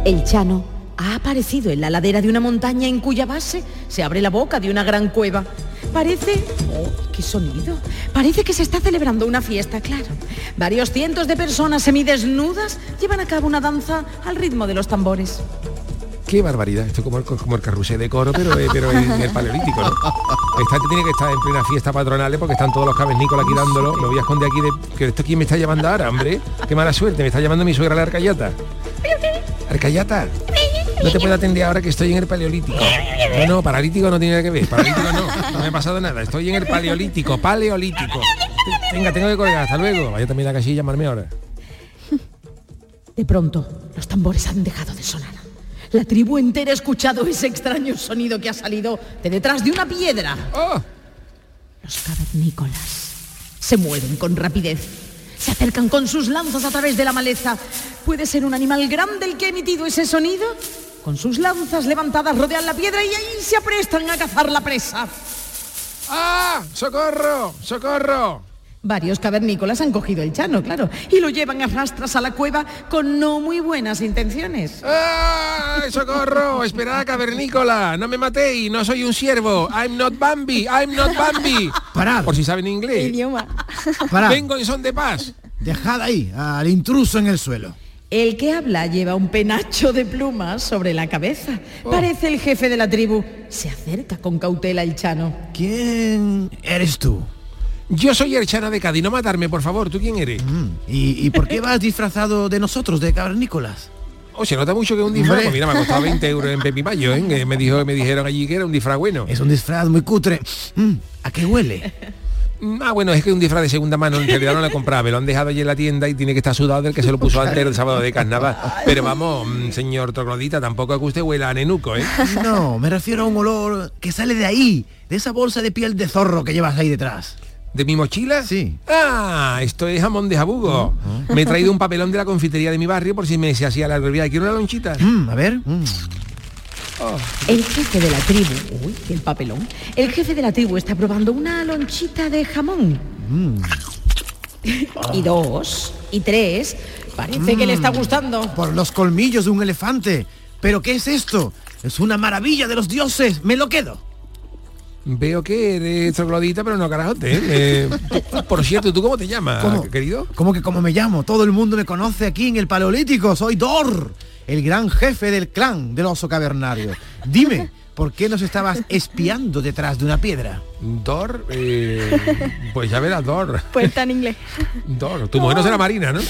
Speaker 11: El Chano ha aparecido en la ladera de una montaña en cuya base se abre la boca de una gran cueva. Parece... ¡Oh, qué sonido! Parece que se está celebrando una fiesta, claro. Varios cientos de personas semidesnudas llevan a cabo una danza al ritmo de los tambores.
Speaker 6: ¡Qué barbaridad! Esto es como el, como el carrusel de coro, pero, eh, pero en el paleolítico, ¿no? Esta gente tiene que estar en plena fiesta patronal ¿eh? porque están todos los cavernícolas aquí dándolo. Me voy a esconder aquí de... que ¿Esto quién me está llamando ahora, hombre? ¡Qué mala suerte! Me está llamando mi suegra la Arcayata. Arcayata, no te puedo atender ahora que estoy en el paleolítico. No, no, paralítico no tiene nada que ver. Paralítico no, no me ha pasado nada. Estoy en el paleolítico, paleolítico. Venga, tengo que colgar, hasta luego. Vaya también a la casilla y llamarme ahora.
Speaker 11: De pronto, los tambores han dejado de sonar. La tribu entera ha escuchado ese extraño sonido que ha salido de detrás de una piedra. Los cavernícolas se mueven con rapidez. Se acercan con sus lanzas a través de la maleza. ¿Puede ser un animal grande el que ha emitido ese sonido? Con sus lanzas levantadas rodean la piedra y ahí se aprestan a cazar la presa.
Speaker 6: ¡Ah! ¡Socorro! ¡Socorro!
Speaker 11: Varios cavernícolas han cogido el chano, claro, y lo llevan a rastras a la cueva con no muy buenas intenciones.
Speaker 6: ¡Ay, socorro! Esperad, cavernícola. No me matéis, no soy un siervo. I'm not Bambi, I'm not Bambi. Parad. Por si saben inglés.
Speaker 12: Idioma.
Speaker 13: Parad.
Speaker 6: Vengo en son de paz.
Speaker 13: Dejad ahí al intruso en el suelo.
Speaker 11: El que habla lleva un penacho de plumas sobre la cabeza.
Speaker 6: Oh.
Speaker 11: Parece el jefe de la tribu. Se acerca con cautela el chano.
Speaker 13: ¿Quién eres tú?
Speaker 6: Yo soy el Chano de Cádiz, no matarme, por favor. ¿Tú quién eres?
Speaker 13: Mm, ¿Y, y por qué vas disfrazado de nosotros, de cavernícolas?
Speaker 6: O Oh, se nota mucho que es un disfraz.
Speaker 13: Hombre.
Speaker 6: Pues mira, me ha costado 20 euros en Pepi Mayo, ¿eh? Que Me, dijo, me dijeron allí que era un disfraz bueno.
Speaker 13: Es un disfraz muy cutre. Mm, ¿A qué huele?
Speaker 6: Mm, Ah, bueno, es que un disfraz de segunda mano en realidad no lo he comprado, me lo han dejado allí en la tienda y tiene que estar sudado del que se lo puso antes el sábado de carnaval. Pero vamos, mm, señor Troglodita, tampoco a que usted huela a nenuco, ¿eh?
Speaker 13: No, me refiero a un olor que sale de ahí, de esa bolsa de piel de zorro que llevas ahí detrás.
Speaker 6: ¿De mi mochila?
Speaker 13: Sí. Mm,
Speaker 6: Ah, esto es jamón de jabugo. Me he traído un papelón de la confitería de mi barrio por si me se hacía la bebida. Quiero una lonchita.
Speaker 13: Mm, a ver.
Speaker 11: El jefe de la tribu. Uy, el papelón. El jefe de la tribu está probando una lonchita de jamón.
Speaker 6: Mm.
Speaker 11: Y dos. Y tres. Parece que le está gustando.
Speaker 13: Mm, Por los colmillos de un elefante. ¿Pero qué es esto? Es una maravilla de los dioses. Me lo quedo.
Speaker 6: Veo que eres troglodita, pero no carajote. ¿eh? Eh, por cierto, ¿tú cómo te llamas,
Speaker 13: ¿Cómo?
Speaker 6: querido?
Speaker 13: ¿Cómo que cómo me llamo? Todo el mundo me conoce aquí en el Paleolítico. Soy Dor, el gran jefe del clan del oso cavernario. Dime, ¿por qué nos estabas espiando detrás de una piedra?
Speaker 6: Dor, eh, pues ya verás, Dor.
Speaker 12: Puerta en inglés.
Speaker 6: Dor, tu mujer no será Marina, ¿no?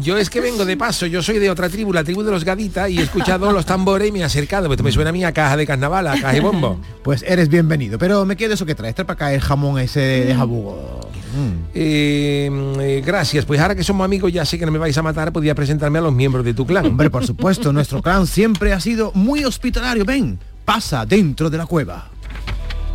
Speaker 6: Yo es que vengo de paso, yo soy de otra tribu, la tribu de los gaditas, y he escuchado los tambores y me he acercado. Esto me suena a mí a caja de carnaval, a caja de bombo.
Speaker 13: Pues eres bienvenido, pero me quedo eso que traes. Trae para acá el jamón ese de jabugo.
Speaker 6: Eh, eh, gracias, pues ahora que somos amigos ya sé que no me vais a matar, podía presentarme a los miembros de tu clan.
Speaker 13: Hombre, por supuesto, nuestro clan siempre ha sido muy hospitalario. Ven, pasa dentro de la cueva.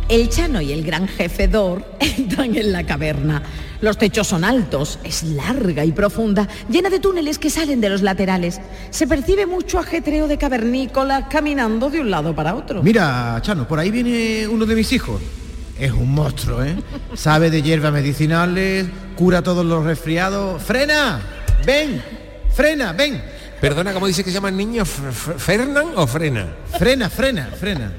Speaker 11: El Chano y el gran jefe Dor entran en la caverna. Los techos son altos, es larga y profunda, llena de túneles que salen de los laterales. Se percibe mucho ajetreo de cavernícolas caminando de un lado para otro.
Speaker 13: Mira, Chano, por ahí viene uno de mis hijos. Es un monstruo, ¿eh? Sabe de hierbas medicinales, cura todos los resfriados. ¡Frena! ¡Ven! ¡Frena! ¡Ven!
Speaker 6: Perdona, ¿cómo dice que se llama el niño? F- F- ¿Fernan o Frena?
Speaker 13: Frena, frena, frena.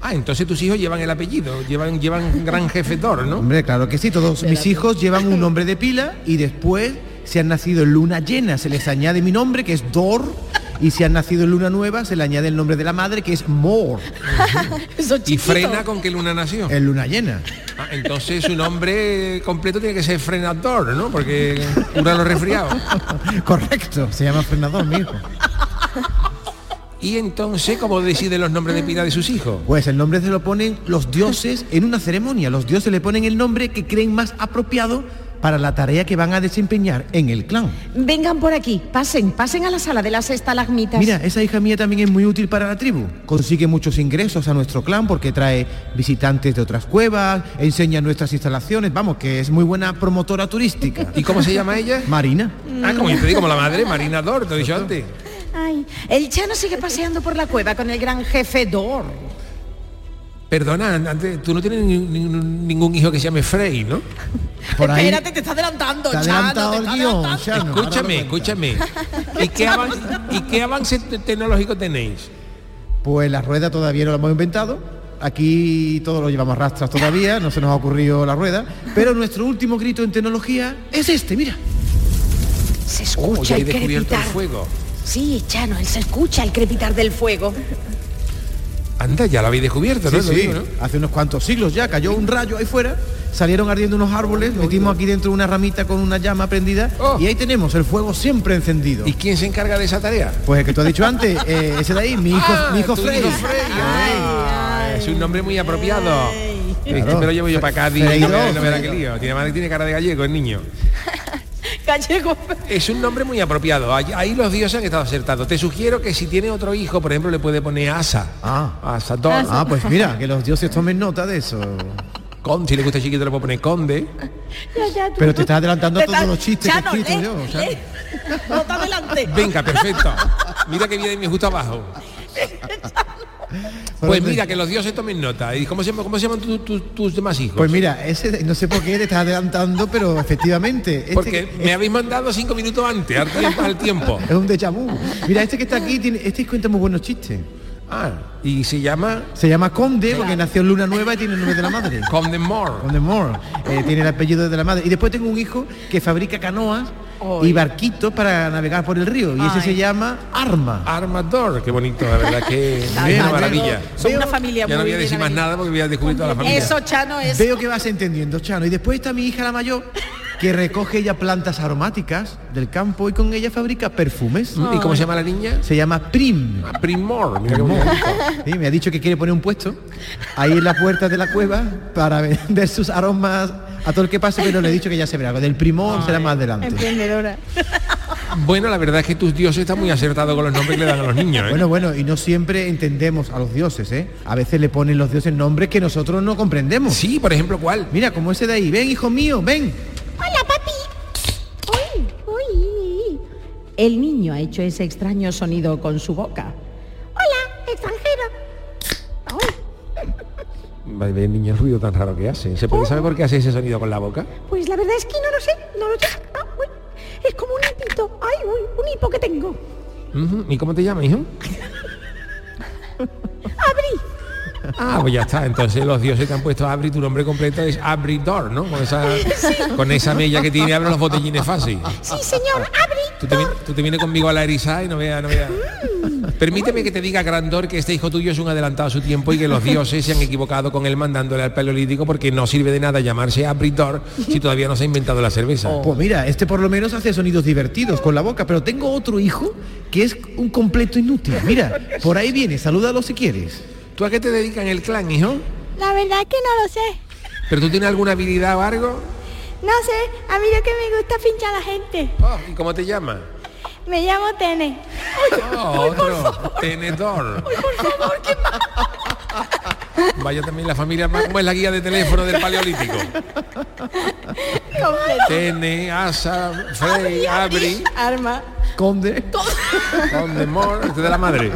Speaker 6: Ah, entonces tus hijos llevan el apellido, llevan, llevan gran jefe Dor, ¿no?
Speaker 13: Hombre, claro que sí, todos mis hijos llevan un nombre de pila y después si han nacido en luna llena, se les añade mi nombre, que es Dor, y si han nacido en luna nueva, se le añade el nombre de la madre, que es Mor.
Speaker 6: y frena con qué luna nació.
Speaker 13: En luna llena.
Speaker 6: Ah, entonces su nombre completo tiene que ser frenador, ¿no? Porque cura los resfriados.
Speaker 13: Correcto, se llama frenador, mi hijo.
Speaker 6: Y entonces, ¿cómo decide los nombres de pila de sus hijos?
Speaker 13: Pues el nombre se lo ponen los dioses en una ceremonia. Los dioses le ponen el nombre que creen más apropiado para la tarea que van a desempeñar en el clan.
Speaker 11: Vengan por aquí, pasen, pasen a la sala de las estalagmitas.
Speaker 13: Mira, esa hija mía también es muy útil para la tribu. Consigue muchos ingresos a nuestro clan porque trae visitantes de otras cuevas, enseña nuestras instalaciones, vamos, que es muy buena promotora turística.
Speaker 6: ¿Y cómo se llama ella?
Speaker 13: Marina.
Speaker 6: Ah, como yo te digo, como la madre, Marina Dor, te he dicho antes.
Speaker 11: Ay, el chano sigue paseando por la cueva con el gran jefe Dor.
Speaker 6: Perdona, antes, tú no tienes ni- ni- ningún hijo que se llame Frey, ¿no?
Speaker 11: Espérate, te está adelantando,
Speaker 13: Te ha
Speaker 11: Chano,
Speaker 13: adelantado
Speaker 11: te
Speaker 13: el
Speaker 11: está
Speaker 13: guión,
Speaker 11: adelantando.
Speaker 13: Chano,
Speaker 6: escúchame, escúchame. ¿Y qué, avan- y qué avance te- tecnológico tenéis?
Speaker 13: Pues la rueda todavía no la hemos inventado. Aquí todos lo llevamos rastras todavía, no se nos ha ocurrido la rueda. Pero nuestro último grito en tecnología es este, mira.
Speaker 11: Se
Speaker 6: Oh, ya
Speaker 11: escucha
Speaker 6: he
Speaker 11: el
Speaker 6: descubierto el
Speaker 11: crepitar.
Speaker 6: fuego.
Speaker 11: Sí, Chano, él se escucha el crepitar del fuego.
Speaker 6: Anda, ya lo habéis descubierto, ¿no?
Speaker 13: Sí,
Speaker 6: Lo
Speaker 13: sí.
Speaker 6: digo, ¿no?
Speaker 13: Hace unos cuantos siglos ya cayó un rayo ahí fuera, salieron ardiendo unos
Speaker 6: Oh,
Speaker 13: árboles, metimos aquí dentro una ramita con una llama prendida y ahí tenemos el fuego siempre encendido.
Speaker 6: ¿Y quién se encarga de esa tarea?
Speaker 13: Pues el que tú has dicho antes, eh, ese de ahí, mi hijo,
Speaker 6: Ah,
Speaker 13: mi hijo
Speaker 6: tu
Speaker 13: Freddy.
Speaker 6: hijo Freddy, ay. Es un nombre muy apropiado. Este me lo llevo yo para Cádiz.
Speaker 13: Freddy
Speaker 6: no me-
Speaker 13: dos,
Speaker 6: no me verá
Speaker 13: Freddy
Speaker 6: qué lío. Tiene, madre- tiene cara de gallego el niño.
Speaker 11: Gallego.
Speaker 6: Es un nombre muy apropiado. Ahí- Ahí los dioses han estado acertados. Te sugiero que si tiene otro hijo, por ejemplo, le puede poner Asa.
Speaker 13: Ah.
Speaker 6: Asa Thor.
Speaker 13: Ah, pues mira, que los dioses tomen nota de eso.
Speaker 6: Con, si le gusta chiquito le puedo poner Conde.
Speaker 13: Pero te estás adelantando a
Speaker 6: Te
Speaker 13: todos
Speaker 6: estás-
Speaker 13: los chistes
Speaker 6: Chano,
Speaker 13: que he escrito
Speaker 6: lee,
Speaker 13: yo. Chano.
Speaker 11: No está adelante.
Speaker 6: Venga, perfecto. Mira que viene mi justo abajo. Pues mira, que los dioses tomen nota. ¿Y cómo se, llama- cómo se llaman tu- tu- tus demás hijos?
Speaker 13: Pues mira, ese no sé por qué te estás adelantando, pero efectivamente. este-
Speaker 6: Porque me habéis mandado cinco minutos antes, al tiempo. Al tiempo.
Speaker 13: Es un déjà vu. Mira, este que está aquí, tiene, este cuenta muy buenos chistes.
Speaker 6: Ah, y se llama...
Speaker 13: Se llama Conde porque nació en Luna Nueva y tiene el nombre de la madre.
Speaker 6: Conde Moore.
Speaker 13: Conde Moore. Eh, tiene el apellido de la madre. Y después tengo un hijo que fabrica canoas y barquitos para navegar por el río. Y ese se llama Arma.
Speaker 6: Armador, qué bonito, la verdad que es
Speaker 13: Veo-
Speaker 6: una maravilla.
Speaker 11: Son una familia
Speaker 6: Ya no
Speaker 11: muy
Speaker 6: voy a decir
Speaker 11: bien
Speaker 6: más nada porque voy a descubrir toda la familia.
Speaker 11: Eso, Chano, es...
Speaker 13: Veo que vas entendiendo, Chano. Y después está mi hija la mayor, que recoge ella plantas aromáticas del campo y con ella fabrica perfumes.
Speaker 6: ¿Y cómo se llama la niña? Ah,
Speaker 13: Se llama Prim.
Speaker 6: Primor, mira qué
Speaker 13: Primor.
Speaker 6: bonito.
Speaker 13: Sí, me ha dicho que quiere poner un puesto ahí en la puerta de la cueva para vender sus aromas a todo el que pase, pero le he dicho que ya se verá. Del primor será más adelante.
Speaker 12: Emprendedora.
Speaker 6: Bueno, la verdad es que tus dioses están muy acertados con los nombres que le dan a los niños. ¿eh?
Speaker 13: Bueno, bueno, y no siempre entendemos a los dioses, ¿eh? A veces le ponen los dioses nombres que nosotros no comprendemos.
Speaker 6: Sí, por ejemplo, ¿cuál?
Speaker 13: Mira, como ese de ahí. Ven, hijo mío, ven.
Speaker 11: Hola, papi. Uy, uy. El niño ha hecho ese extraño sonido con su boca. Hola, extranjero.
Speaker 6: Vale, el niño el ruido tan raro que hace. ¿Se puede saber por qué hace ese sonido con la boca?
Speaker 22: Pues la verdad es que no lo sé, no lo sé. Ah, uy, es como un hipito. Ay, uy, un hipo que tengo.
Speaker 6: Ujú, ¿Y cómo te llamas, hijo? Abri. Ah, pues ya está. Entonces los dioses te han puesto Abri, tu nombre completo es Abridor, ¿no? Con esa, con esa mella que tiene, abre los botellines fácil.
Speaker 22: Sí, señor,
Speaker 6: Tú
Speaker 22: abrí.
Speaker 6: te, vin- tú te vienes conmigo a la erizada y no veas, no veas. Permíteme que te diga, Grandor, que este hijo tuyo es un adelantado a su tiempo y que los dioses se han equivocado con él mandándole al paleolítico porque no sirve de nada llamarse abridor si todavía no se ha inventado la cerveza.
Speaker 13: Pues mira, este por lo menos hace sonidos divertidos con la boca, pero tengo otro hijo que es un completo inútil. Mira, por ahí viene, salúdalo si quieres.
Speaker 6: ¿Tú a qué te dedicas en el clan, hijo?
Speaker 22: La verdad es que no lo sé.
Speaker 6: ¿Pero tú tienes alguna habilidad o algo?
Speaker 22: No sé, a mí lo que me gusta es pinchar a la gente.
Speaker 6: Oh, ¿Y cómo te llamas?
Speaker 22: Me llamo Tene.
Speaker 6: Oh, otro. Tenedor. Vaya también la familia, ¿cómo es la guía de teléfono del paleolítico? Tene, Asa, Frey, Abri,
Speaker 11: Arma.
Speaker 13: Conde.
Speaker 6: Condemor, este de la madre.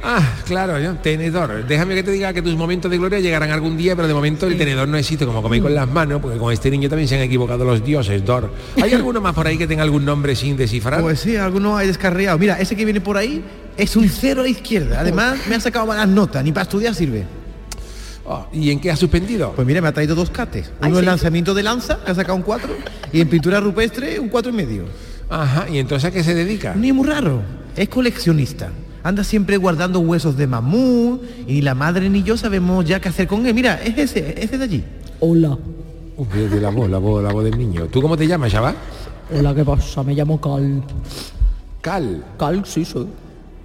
Speaker 6: Ah, claro, yo, tenedor. Déjame que te diga que tus momentos de gloria llegarán algún día, pero de momento el tenedor no existe, como coméis con las manos, porque con este niño también se han equivocado los dioses, Dor. ¿Hay alguno más por ahí que tenga algún nombre sin descifrar?
Speaker 13: Pues sí, algunos hay descarriado. Mira, ese que viene por ahí es un cero a la izquierda. Además, me ha sacado malas notas, ni para estudiar sirve.
Speaker 6: Ah, ¿Y en qué ha suspendido?
Speaker 13: Pues mira, me ha traído dos cates.
Speaker 11: Ah,
Speaker 13: Uno
Speaker 6: Ay,
Speaker 13: el
Speaker 6: sí.
Speaker 13: lanzamiento de lanza, que ha sacado un 4, y en pintura rupestre un cuatro y medio.
Speaker 6: Ajá, ¿y entonces a qué se dedica?
Speaker 13: Ni muy raro, es coleccionista. Anda siempre guardando huesos de mamú y ni la madre ni yo sabemos ya qué hacer con él. Mira, es ese, ese de allí.
Speaker 11: Hola,
Speaker 6: Uy, de- de la voz, la voz, la voz del niño. ¿Tú cómo te llamas, chaval?
Speaker 11: hola, ¿qué pasa? Me llamo Cal.
Speaker 6: Cal.
Speaker 11: Cal, sí, soy.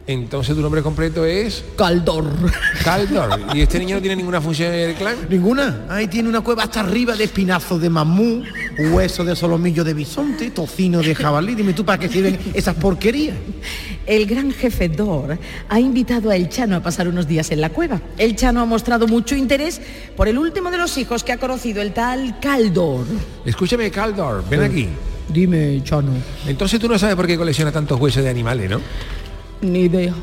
Speaker 6: Entonces tu nombre completo es
Speaker 11: Caldor.
Speaker 6: Caldor. ¿Y este niño no tiene ninguna función en el clan?
Speaker 13: ¿Ninguna? Ahí tiene una cueva hasta arriba de espinazos de mamú, huesos de solomillo de bisonte, tocino de jabalí. Dime tú para qué sirven esas porquerías.
Speaker 11: El gran jefe Dor ha invitado a El Chano a pasar unos días en la cueva. El Chano ha mostrado mucho interés por el último de los hijos que ha conocido, el tal Caldor.
Speaker 6: Escúchame, Caldor, ven aquí.
Speaker 11: Dime, Chano.
Speaker 6: Entonces tú no sabes por qué colecciona tantos huesos de animales, ¿no?
Speaker 11: Ni idea.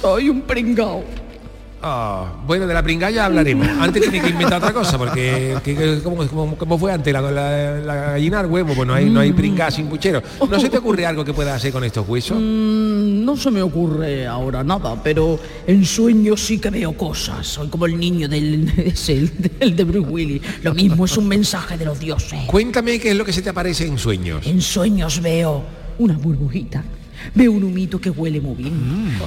Speaker 11: Soy un pringao.
Speaker 6: Ah, bueno, de la pringalla hablaremos. Antes tiene que inventar otra cosa, porque que- que- ¿cómo, cómo- cómo fue antes? La, la- la gallina al huevo, pues no hay,
Speaker 11: Mm.
Speaker 6: no hay pringada sin puchero. ¿No se te ocurre algo que puedas hacer con estos huesos?
Speaker 11: Mm, no se me ocurre ahora nada, pero en sueños sí que veo cosas. Soy como el niño del ese, el, del de Bruce Willis. Lo mismo es un mensaje de los dioses.
Speaker 6: Cuéntame qué es lo que se te aparece en sueños.
Speaker 11: En sueños veo una burbujita. Veo un humito que huele muy bien.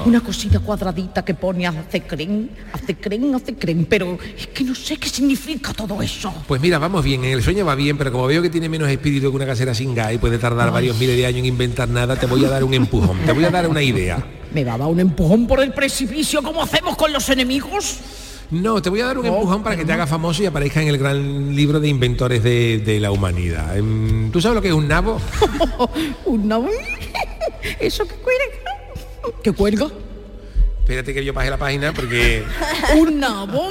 Speaker 11: Una cosita cuadradita que pone hace creen, hace creen, hace creen. Pero es que no sé qué significa todo eso.
Speaker 6: Pues mira, vamos bien, en el sueño va bien, pero como veo que tiene menos espíritu que una casera sin gas y puede tardar varios miles de años en inventar nada, te voy a dar un empujón, te voy a dar una idea.
Speaker 11: ¿Me daba un empujón por el precipicio como hacemos con los enemigos?
Speaker 6: No, te voy a dar un empujón para que te haga famoso y aparezca en el gran libro de inventores de, de la humanidad. Em, ¿Tú sabes lo que es un nabo?
Speaker 11: ¿Un nabo? ¿Eso que cuelga? ¿Que cuelga?
Speaker 6: Espérate que yo pase la página porque...
Speaker 11: ¿Un nabo?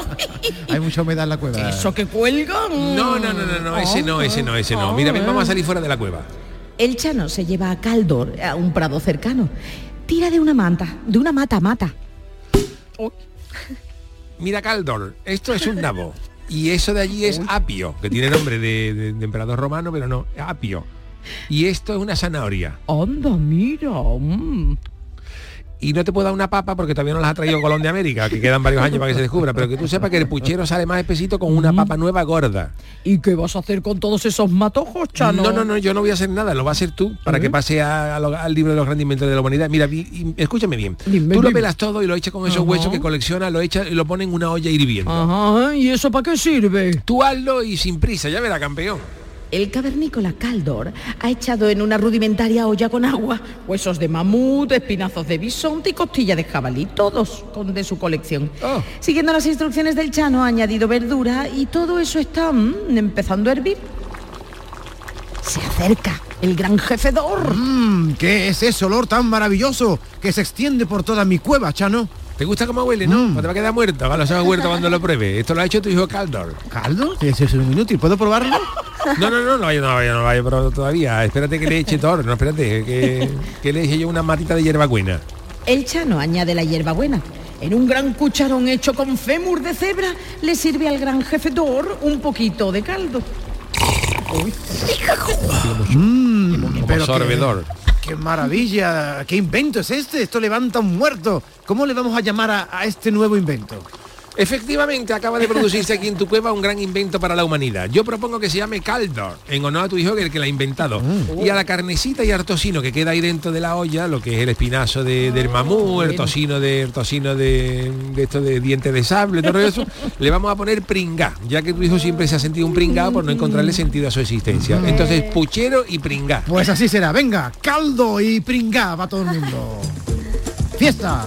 Speaker 13: Hay mucha humedad en la cueva.
Speaker 11: ¿Eso que cuelga?
Speaker 13: Mm.
Speaker 6: No, no, no, no, no, ese no, ese no, ese no. Mira, ven, vamos a salir fuera de la cueva.
Speaker 11: El Chano se lleva a Caldor a un prado cercano. Tira de una manta, de una mata mata.
Speaker 6: Mira, Caldor, esto es un nabo. Y eso de allí es apio, que tiene nombre de, de- de emperador romano, pero no, apio. Y esto es una zanahoria.
Speaker 11: Anda, mira. mm.
Speaker 6: Y no te puedo dar una papa porque todavía no las ha traído Colón de América, que quedan varios años para que se descubra, pero que tú sepas que el puchero sale más espesito con una papa nueva gorda.
Speaker 11: Mm. ¿Y qué vas a hacer con todos esos matojos, Chano? ¿Eh?
Speaker 6: No, no, no, yo no voy a hacer nada, lo va a hacer tú para que pase a- a lo- al libro de los grandes inventores de la humanidad. Mira, vi- y- escúchame bien. tú lo
Speaker 11: dime.
Speaker 6: pelas todo y lo echas con esos huesos que colecciona, lo echas y lo pones en una olla hirviendo.
Speaker 11: Ajá, ¿y eso para qué sirve?
Speaker 6: Tú hazlo y sin prisa, ya verá, campeón.
Speaker 11: El cavernícola Caldor ha echado en una rudimentaria olla con agua huesos de mamut, espinazos de bisonte y costilla de jabalí, todos con de su colección. Siguiendo las instrucciones del Chano ha añadido verdura y todo eso está mm, empezando a hervir. Se acerca el gran jefe Dor.
Speaker 13: Mm, ¿Qué es ese olor tan maravilloso que se extiende por toda mi cueva, Chano? Mm.
Speaker 6: ¿Te gusta cómo huele, no? Pues Te va a quedar muerto, ahora lo sabes muerto cuando lo pruebe. Esto lo ha hecho tu hijo Caldor.
Speaker 13: ¿Caldo? Ese es un inútil, ¿puedo probarlo?
Speaker 6: No, no, no, no vaya, no vaya, no vaya pero todavía. Espérate que le eche Thor, no, espérate, que, que le eche yo una matita de hierbabuena.
Speaker 11: El Chano añade la hierbabuena. En un gran cucharón hecho con fémur de cebra le sirve al gran jefe Dor un poquito de caldo. Mm.
Speaker 13: Mmm,
Speaker 6: Como sorbedor.
Speaker 13: ¡Qué maravilla! ¿Qué invento es este? Esto levanta un muerto. ¿Cómo le vamos a llamar a, a este nuevo invento?
Speaker 6: Efectivamente, acaba de producirse aquí en tu cueva un gran invento para la humanidad. Yo propongo que se llame Caldor, en honor a tu hijo que es el que la ha inventado. Y a la carnecita y al tocino que queda ahí dentro de la olla, lo que es el espinazo de- del mamú, el tocino de, el tocino de, de esto de dientes de sable, todo eso, le vamos a poner pringá, ya que tu hijo siempre se ha sentido un pringá por no encontrarle sentido a su existencia. Entonces, puchero y pringá.
Speaker 13: Pues así será. Venga, caldo y pringá va todo el mundo. ¡Fiesta!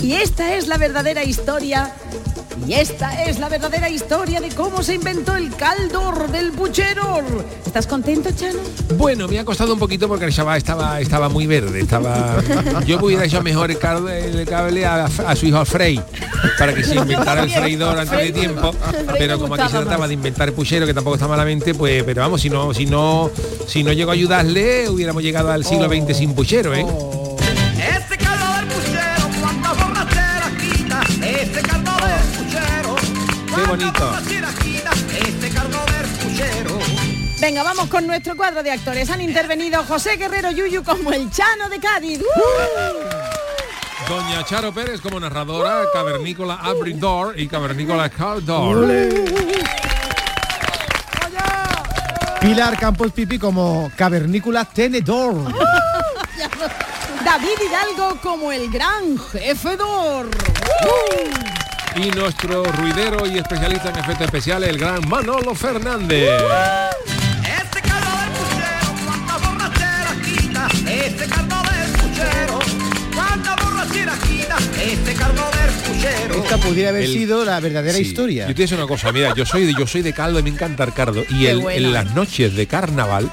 Speaker 11: Y esta es la verdadera historia. Y esta es la verdadera historia de cómo se inventó el caldor del puchero. ¿Estás contento, Chano?
Speaker 6: Bueno, me ha costado un poquito porque el chaval estaba, estaba muy verde, estaba... Yo hubiera hecho mejor el cable, el cable a, a su hijo Frey, para que se inventara el freidor antes de tiempo, pero como aquí se trataba de inventar el puchero, que tampoco está malamente, pues, pero vamos, si no, si no, si no llego a ayudarle, hubiéramos llegado al siglo XX sin puchero, ¿eh?
Speaker 10: Este caldo del puchero, cuántas borracheras quita. Este caldo del puchero,
Speaker 6: Qué bonito.
Speaker 10: borracheras quita. Este caldo del puchero.
Speaker 23: Venga, vamos con nuestro cuadro de actores. Han intervenido José Guerrero Yuyu como el Chano de Cádiz. ¡Uh!
Speaker 6: Doña Charo Pérez como narradora, Cavernícola Abridor y Cavernícola Caldor.
Speaker 13: Pilar Campos Pipi como cavernícola tenedor.
Speaker 11: ¡Uh! David Hidalgo como el gran jefedor.
Speaker 13: ¡Uh!
Speaker 6: Y nuestro ruidero y especialista en efectos especiales, el gran Manolo Fernández.
Speaker 10: Este caldo del puchero, cuánta borrachera quita, este caldo del puchero.
Speaker 13: Esta pudiera haber
Speaker 6: El-
Speaker 13: sido la verdadera
Speaker 6: Sí.
Speaker 13: historia.
Speaker 6: Yo te digo una cosa, mira, yo soy de, yo soy de caldo y me encanta el caldo. Y
Speaker 13: Qué
Speaker 6: el-
Speaker 13: buena.
Speaker 6: en las noches de carnaval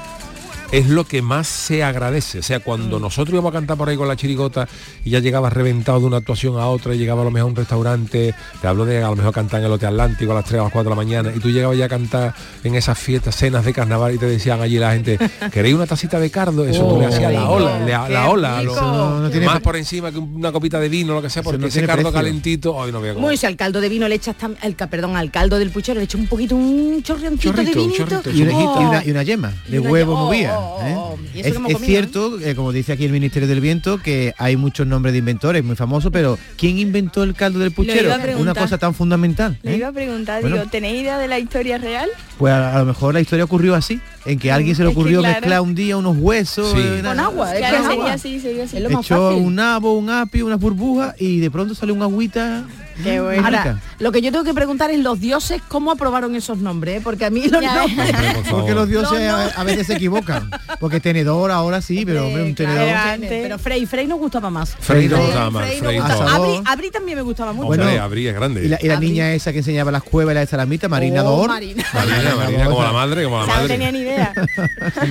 Speaker 6: es lo que más se agradece. O sea, cuando
Speaker 13: Mm.
Speaker 6: nosotros íbamos a cantar por ahí con la chirigota y ya llegabas reventado de una actuación a otra y llegaba a lo mejor a un restaurante, te hablo de a lo mejor cantar en el Hotel Atlántico a las 3 o las 4 de la mañana y tú llegabas ya a cantar en esas fiestas, cenas de carnaval y te decían allí la gente, ¿queréis una tacita de cardo? Eso tú
Speaker 13: Oh,
Speaker 6: le hacías
Speaker 13: qué
Speaker 6: la
Speaker 13: rico,
Speaker 6: ola, le- la,
Speaker 13: qué
Speaker 6: ola, a lo-
Speaker 13: rico. No, no tiene
Speaker 6: más
Speaker 13: pre-
Speaker 6: por encima que una copita de vino, lo que sea,
Speaker 13: Eso
Speaker 6: porque
Speaker 13: no
Speaker 6: ese
Speaker 13: tiene
Speaker 6: cardo
Speaker 13: precio.
Speaker 6: calentito, hoy no voy a comer.
Speaker 24: Bueno, si al caldo de vino le echas tam- al, ca- perdón, al caldo del puchero le echas un poquito, un chorreoncito de
Speaker 13: Chorrito,
Speaker 24: vinito.
Speaker 13: chorrito, Y una, y
Speaker 24: Oh.
Speaker 13: una- y una yema de
Speaker 24: una
Speaker 13: huevo
Speaker 24: ye- oh,
Speaker 13: movía.
Speaker 24: oh,
Speaker 13: ¿eh?
Speaker 24: oh, y eso
Speaker 13: Es,
Speaker 24: que hemos
Speaker 13: es
Speaker 24: comido,
Speaker 13: cierto, eh, como dice aquí el Ministerio del Viento, que hay muchos nombres de inventores muy famosos, pero ¿quién inventó el caldo del puchero?
Speaker 12: iba a preguntar.
Speaker 13: Una cosa tan fundamental.
Speaker 12: Le iba a preguntar,
Speaker 13: ¿Eh? Bueno.
Speaker 12: digo, ¿tenéis idea de la historia real?
Speaker 13: Pues a, a lo mejor la historia ocurrió así, en que a alguien se le
Speaker 12: es que
Speaker 13: ocurrió
Speaker 12: claro.
Speaker 13: mezclar un día unos huesos,
Speaker 6: Sí.
Speaker 13: eh,
Speaker 12: Con
Speaker 13: na-
Speaker 12: agua,
Speaker 11: es
Speaker 12: claro,
Speaker 11: que es
Speaker 12: sería
Speaker 11: agua.
Speaker 12: así, sería así.
Speaker 13: echó un nabo, un apio, unas burbujas y de pronto sale una agüita. muy rica.
Speaker 11: Ahora, lo que yo tengo que preguntar es los dioses cómo aprobaron esos nombres, eh? porque a mí los nombres...
Speaker 13: Porque los dioses
Speaker 11: No, no.
Speaker 13: a- a veces se equivocan. Porque tenedor ahora sí, pero hombre, un tenedor.
Speaker 11: Pero Frey, Frey nos gustaba más.
Speaker 6: Frey nos gustaba más,
Speaker 11: Frey nos
Speaker 6: Frey
Speaker 11: gustaba.
Speaker 13: no.
Speaker 11: Abri, Abri también me gustaba mucho.
Speaker 6: Hombre,
Speaker 13: Bueno,
Speaker 6: Abrí es grande.
Speaker 13: Y la, y la niña esa que enseñaba las cuevas y la de Salamita, Marina
Speaker 11: Oh,
Speaker 13: Dor.
Speaker 11: Marina.
Speaker 6: Marina, Marina, como la madre, como la madre.
Speaker 12: ni idea.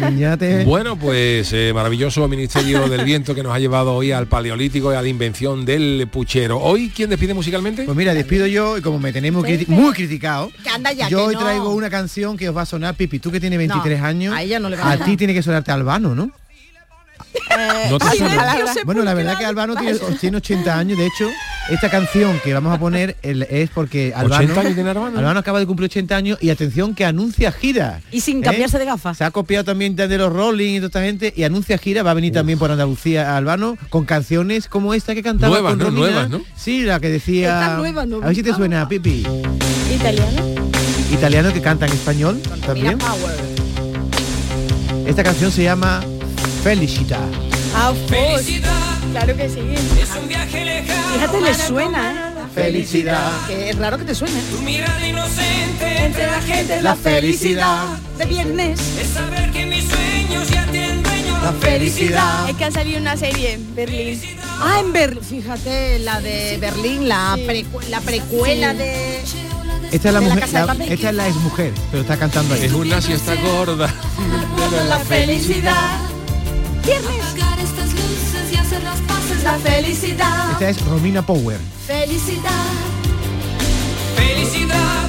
Speaker 13: Niña, te-
Speaker 6: Bueno, pues eh, maravilloso Ministerio del Viento que nos ha llevado hoy al Paleolítico y a la invención del puchero. Hoy, ¿quién despide musicalmente?
Speaker 13: Pues mira, despido yo y como me tenéis muy, criti- muy criticado,
Speaker 11: Que anda ya,
Speaker 13: yo
Speaker 11: que
Speaker 13: hoy
Speaker 11: no.
Speaker 13: traigo una canción que os va a sonar, Pipi, tú que tienes 23
Speaker 11: No,
Speaker 13: años,
Speaker 11: a ella no le va a
Speaker 13: a
Speaker 11: sonar.
Speaker 13: ti tiene que sonarte Albano, ¿no?
Speaker 6: Eh, No te
Speaker 13: Ay,
Speaker 6: suena.
Speaker 13: la verdad- Bueno, la verdad que Albano tiene, tiene 80 años, de hecho, esta canción que vamos a poner el- es porque Albano,
Speaker 6: 80 años tiene Albano.
Speaker 13: acaba de cumplir 80 años y atención que anuncia gira. ¿eh?
Speaker 11: Y sin cambiarse de gafas.
Speaker 13: Se ha copiado también de de los Rolling y toda esta gente y anuncia gira, va a venir también por Andalucía Albano con canciones como esta que cantaba
Speaker 6: Nuevas,
Speaker 13: con
Speaker 6: ¿no?
Speaker 13: Romina.
Speaker 6: Nuevas, ¿no?
Speaker 13: Sí, la que decía
Speaker 12: Esta nueva, ¿no?
Speaker 13: A ver si te
Speaker 11: Ah.
Speaker 13: suena, Pipi.
Speaker 12: ¿Italiano?
Speaker 13: Italiano que canta en español también.
Speaker 12: Power.
Speaker 13: Esta canción se llama Felicita.
Speaker 12: Ah, Felicidad. Claro que sí. Es un viaje lejano.
Speaker 11: Fíjate, le suena. ¿eh?
Speaker 13: Felicidad.
Speaker 11: Que es raro que te suene.
Speaker 10: Tu mirada inocente
Speaker 11: entre la gente
Speaker 13: La felicidad.
Speaker 11: de viernes.
Speaker 10: es saber que mis sueños ya tienen dueño.
Speaker 13: La
Speaker 12: Es que ha salido una serie en Berlín.
Speaker 11: Ah, en Berlín, fíjate, la de Berlín, la, precu- la precuela
Speaker 12: Sí.
Speaker 11: de...
Speaker 13: Esta es
Speaker 11: De
Speaker 13: la
Speaker 11: la
Speaker 13: mujer,
Speaker 11: Casa de
Speaker 13: la-
Speaker 11: Papel.
Speaker 13: esta es la ex mujer, pero está cantando ahí.
Speaker 6: Es una si está gorda.
Speaker 11: La felicidad. Viernes. La felicidad.
Speaker 13: Esta es Romina Power.
Speaker 11: Felicidad.
Speaker 10: Felicidad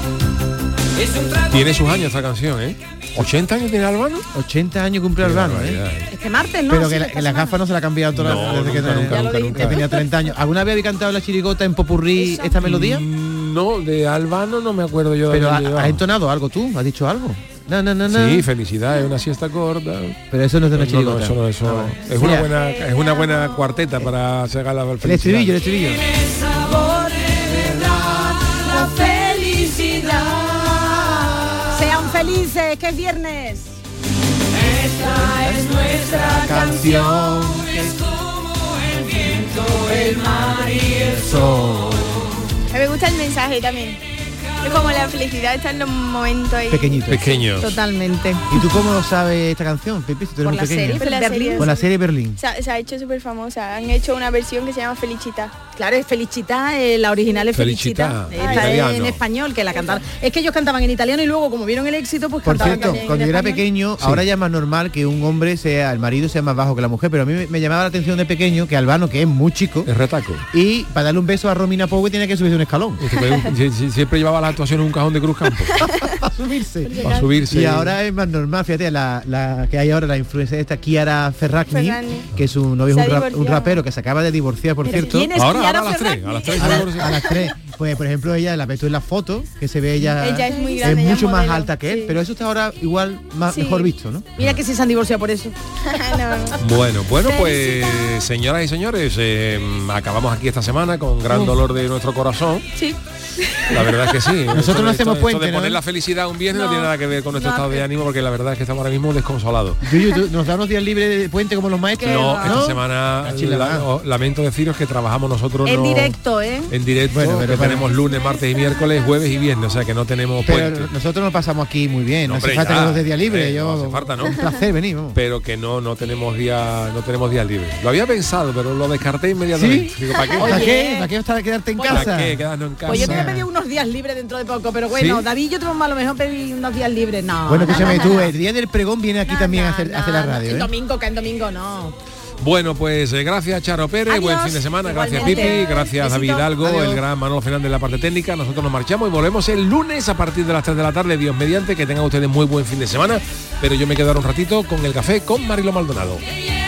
Speaker 10: es un trago.
Speaker 6: Tiene sus años esta canción, ¿eh? 80 años tiene Albano.
Speaker 13: 80 años cumple Albano, ¿eh?
Speaker 11: Este martes, ¿no?
Speaker 13: Pero
Speaker 11: Sí,
Speaker 13: que, la,
Speaker 11: esta
Speaker 13: que las
Speaker 11: semana.
Speaker 13: gafas no se la ha cambiado toda la-
Speaker 6: No,
Speaker 13: desde que,
Speaker 6: nunca,
Speaker 13: tenía-
Speaker 6: nunca, Ya lo nunca, dijiste.
Speaker 13: que tenía 30 años. ¿Alguna vez había cantado la chirigota en Popurrí esta melodía?
Speaker 6: No, de Albano no me acuerdo yo de
Speaker 13: Pero ha-
Speaker 6: haberlo
Speaker 13: has
Speaker 6: llevado.
Speaker 13: entonado algo tú, has dicho algo. No, no, no, no.
Speaker 6: Sí, felicidades, una siesta gorda.
Speaker 13: Pero eso no es de una
Speaker 6: No, no,
Speaker 13: chirigota.
Speaker 6: eso no, eso-
Speaker 13: Ah,
Speaker 6: es,
Speaker 13: mira,
Speaker 6: una buena, es una buena cuarteta para hacer gala
Speaker 13: El estribillo, el estribillo.
Speaker 10: sabor de verdad, la felicidad.
Speaker 11: Sean felices, que es viernes.
Speaker 10: Esta es nuestra canción, es como el viento, el mar y el sol.
Speaker 12: A mí Me gusta el mensaje también. Es como la felicidad está en los momentos ahí.
Speaker 13: Pequeñito.
Speaker 6: Pequeño.
Speaker 11: Totalmente.
Speaker 13: ¿Y tú cómo lo sabes esta canción, Pepe? Si tú eres muy pequeño.
Speaker 12: Por la serie.
Speaker 13: Por la serie Berlín.
Speaker 12: Se ha, se ha hecho súper famosa. Han hecho una versión que se llama Felicita.
Speaker 11: Claro, es Felicita, eh, la original es Felicita.
Speaker 13: Ah,
Speaker 6: Felicita,
Speaker 24: Eh,
Speaker 6: en
Speaker 11: Esta es en
Speaker 6: italiano.
Speaker 11: español que la cantaron. Es que ellos cantaban en italiano y luego, como vieron el éxito, pues
Speaker 13: Por
Speaker 11: cantaban
Speaker 13: cierto,
Speaker 11: también en
Speaker 13: cuando yo era
Speaker 11: español.
Speaker 13: pequeño, ahora ya es más normal que un hombre sea, el marido sea más bajo que la mujer, pero a mí me, me llamaba la atención de pequeño que Albano, que es muy chico,
Speaker 6: Es retaco.
Speaker 13: y para darle un beso a Romina Power tiene que subirse un escalón.
Speaker 6: Y que fue- sie- sie- Siempre llevaba las actuaciones en un cajón de Cruz Campo.
Speaker 13: para subirse.
Speaker 6: Para subirse.
Speaker 13: Y ahora es más normal, fíjate, la, la que hay ahora, la influencia de esta Kiara Ferragni,
Speaker 12: Ferragni.
Speaker 13: que su novio
Speaker 12: Se
Speaker 13: es un,
Speaker 12: ha
Speaker 13: rap- un
Speaker 12: divorciado.
Speaker 13: rapero que se acaba de divorciar, por
Speaker 11: Pero
Speaker 13: cierto.
Speaker 11: ¿quién es Ahora, Chiara ahora a las tres,
Speaker 6: a las tres
Speaker 13: A las- a las tres. Pues por ejemplo ella la ves tú en la foto, que se ve ella,
Speaker 12: Ella es muy grande, ella es
Speaker 13: mucho más
Speaker 12: modelo,
Speaker 13: alta que él,
Speaker 12: sí.
Speaker 13: pero eso está ahora igual más,
Speaker 12: Sí.
Speaker 13: mejor visto, ¿no?
Speaker 24: Mira que si se han divorciado por eso.
Speaker 6: Bueno, bueno, pues señoras y señores, eh, acabamos aquí esta semana con gran dolor de nuestro corazón.
Speaker 10: Sí.
Speaker 6: La verdad es que sí.
Speaker 13: Nosotros
Speaker 6: Esto-
Speaker 13: no hacemos
Speaker 6: esto- esto
Speaker 13: puente,
Speaker 6: de
Speaker 13: ¿no?
Speaker 6: poner la felicidad un viernes no,
Speaker 13: No,
Speaker 6: tiene nada que ver con nuestro
Speaker 13: no. eh.
Speaker 6: estado de ánimo porque la verdad es que estamos ahora mismo desconsolados.
Speaker 13: Yuyu, ¿tú- ¿Nos da unos días libres de puente como los maestros?
Speaker 6: No, esta semana
Speaker 13: Cachila,
Speaker 6: la-
Speaker 13: va.
Speaker 6: o- lamento deciros que trabajamos nosotros
Speaker 11: En
Speaker 6: no-
Speaker 11: directo, ¿eh?
Speaker 6: En directo,
Speaker 13: Bueno, pero
Speaker 6: que
Speaker 13: para-
Speaker 6: tenemos lunes, martes y miércoles, jueves y viernes, o sea que no tenemos
Speaker 13: Pero
Speaker 6: puente.
Speaker 13: nosotros nos pasamos aquí muy bien, no,
Speaker 6: hombre,
Speaker 13: hace falta
Speaker 6: ya.
Speaker 13: que nos dé día libre,
Speaker 6: Eh,
Speaker 13: yo
Speaker 6: no hace falta, ¿no?
Speaker 13: un placer venir, vamos.
Speaker 6: pero que no no tenemos día no tenemos día libre lo había pensado pero lo descarté inmediatamente Digo, ¿para qué?
Speaker 13: ¿Para qué? ¿Para qué estar- quedarte en
Speaker 6: ¿Para
Speaker 13: casa?
Speaker 6: qué? Quedarnos en casa.
Speaker 24: Pues yo te voy a pedir unos días libres dentro de poco, pero bueno,
Speaker 13: ¿Sí?
Speaker 24: David, yo te a lo mejor pedir unos días libres. No.
Speaker 13: Bueno,
Speaker 12: Ah,
Speaker 13: escúchame
Speaker 24: no,
Speaker 13: tú,
Speaker 24: no, no.
Speaker 13: el día del pregón viene aquí también a hacer, a hacer la radio,
Speaker 24: El
Speaker 13: ¿eh?
Speaker 24: domingo, que en domingo no.
Speaker 6: Bueno, pues eh, gracias Charo Pérez,
Speaker 24: Adiós.
Speaker 6: buen fin de semana, gracias
Speaker 24: Igualmente.
Speaker 6: Pipi, gracias David
Speaker 24: Besito.
Speaker 6: Hidalgo,
Speaker 24: Adiós.
Speaker 6: el gran Manolo Fernández de la parte técnica. Nosotros nos marchamos y volvemos el lunes a partir de las 3 de la tarde, Dios mediante, que tengan ustedes muy buen fin de semana, pero yo me quedo ahora un ratito con el café con Marilo Maldonado.
Speaker 10: Ella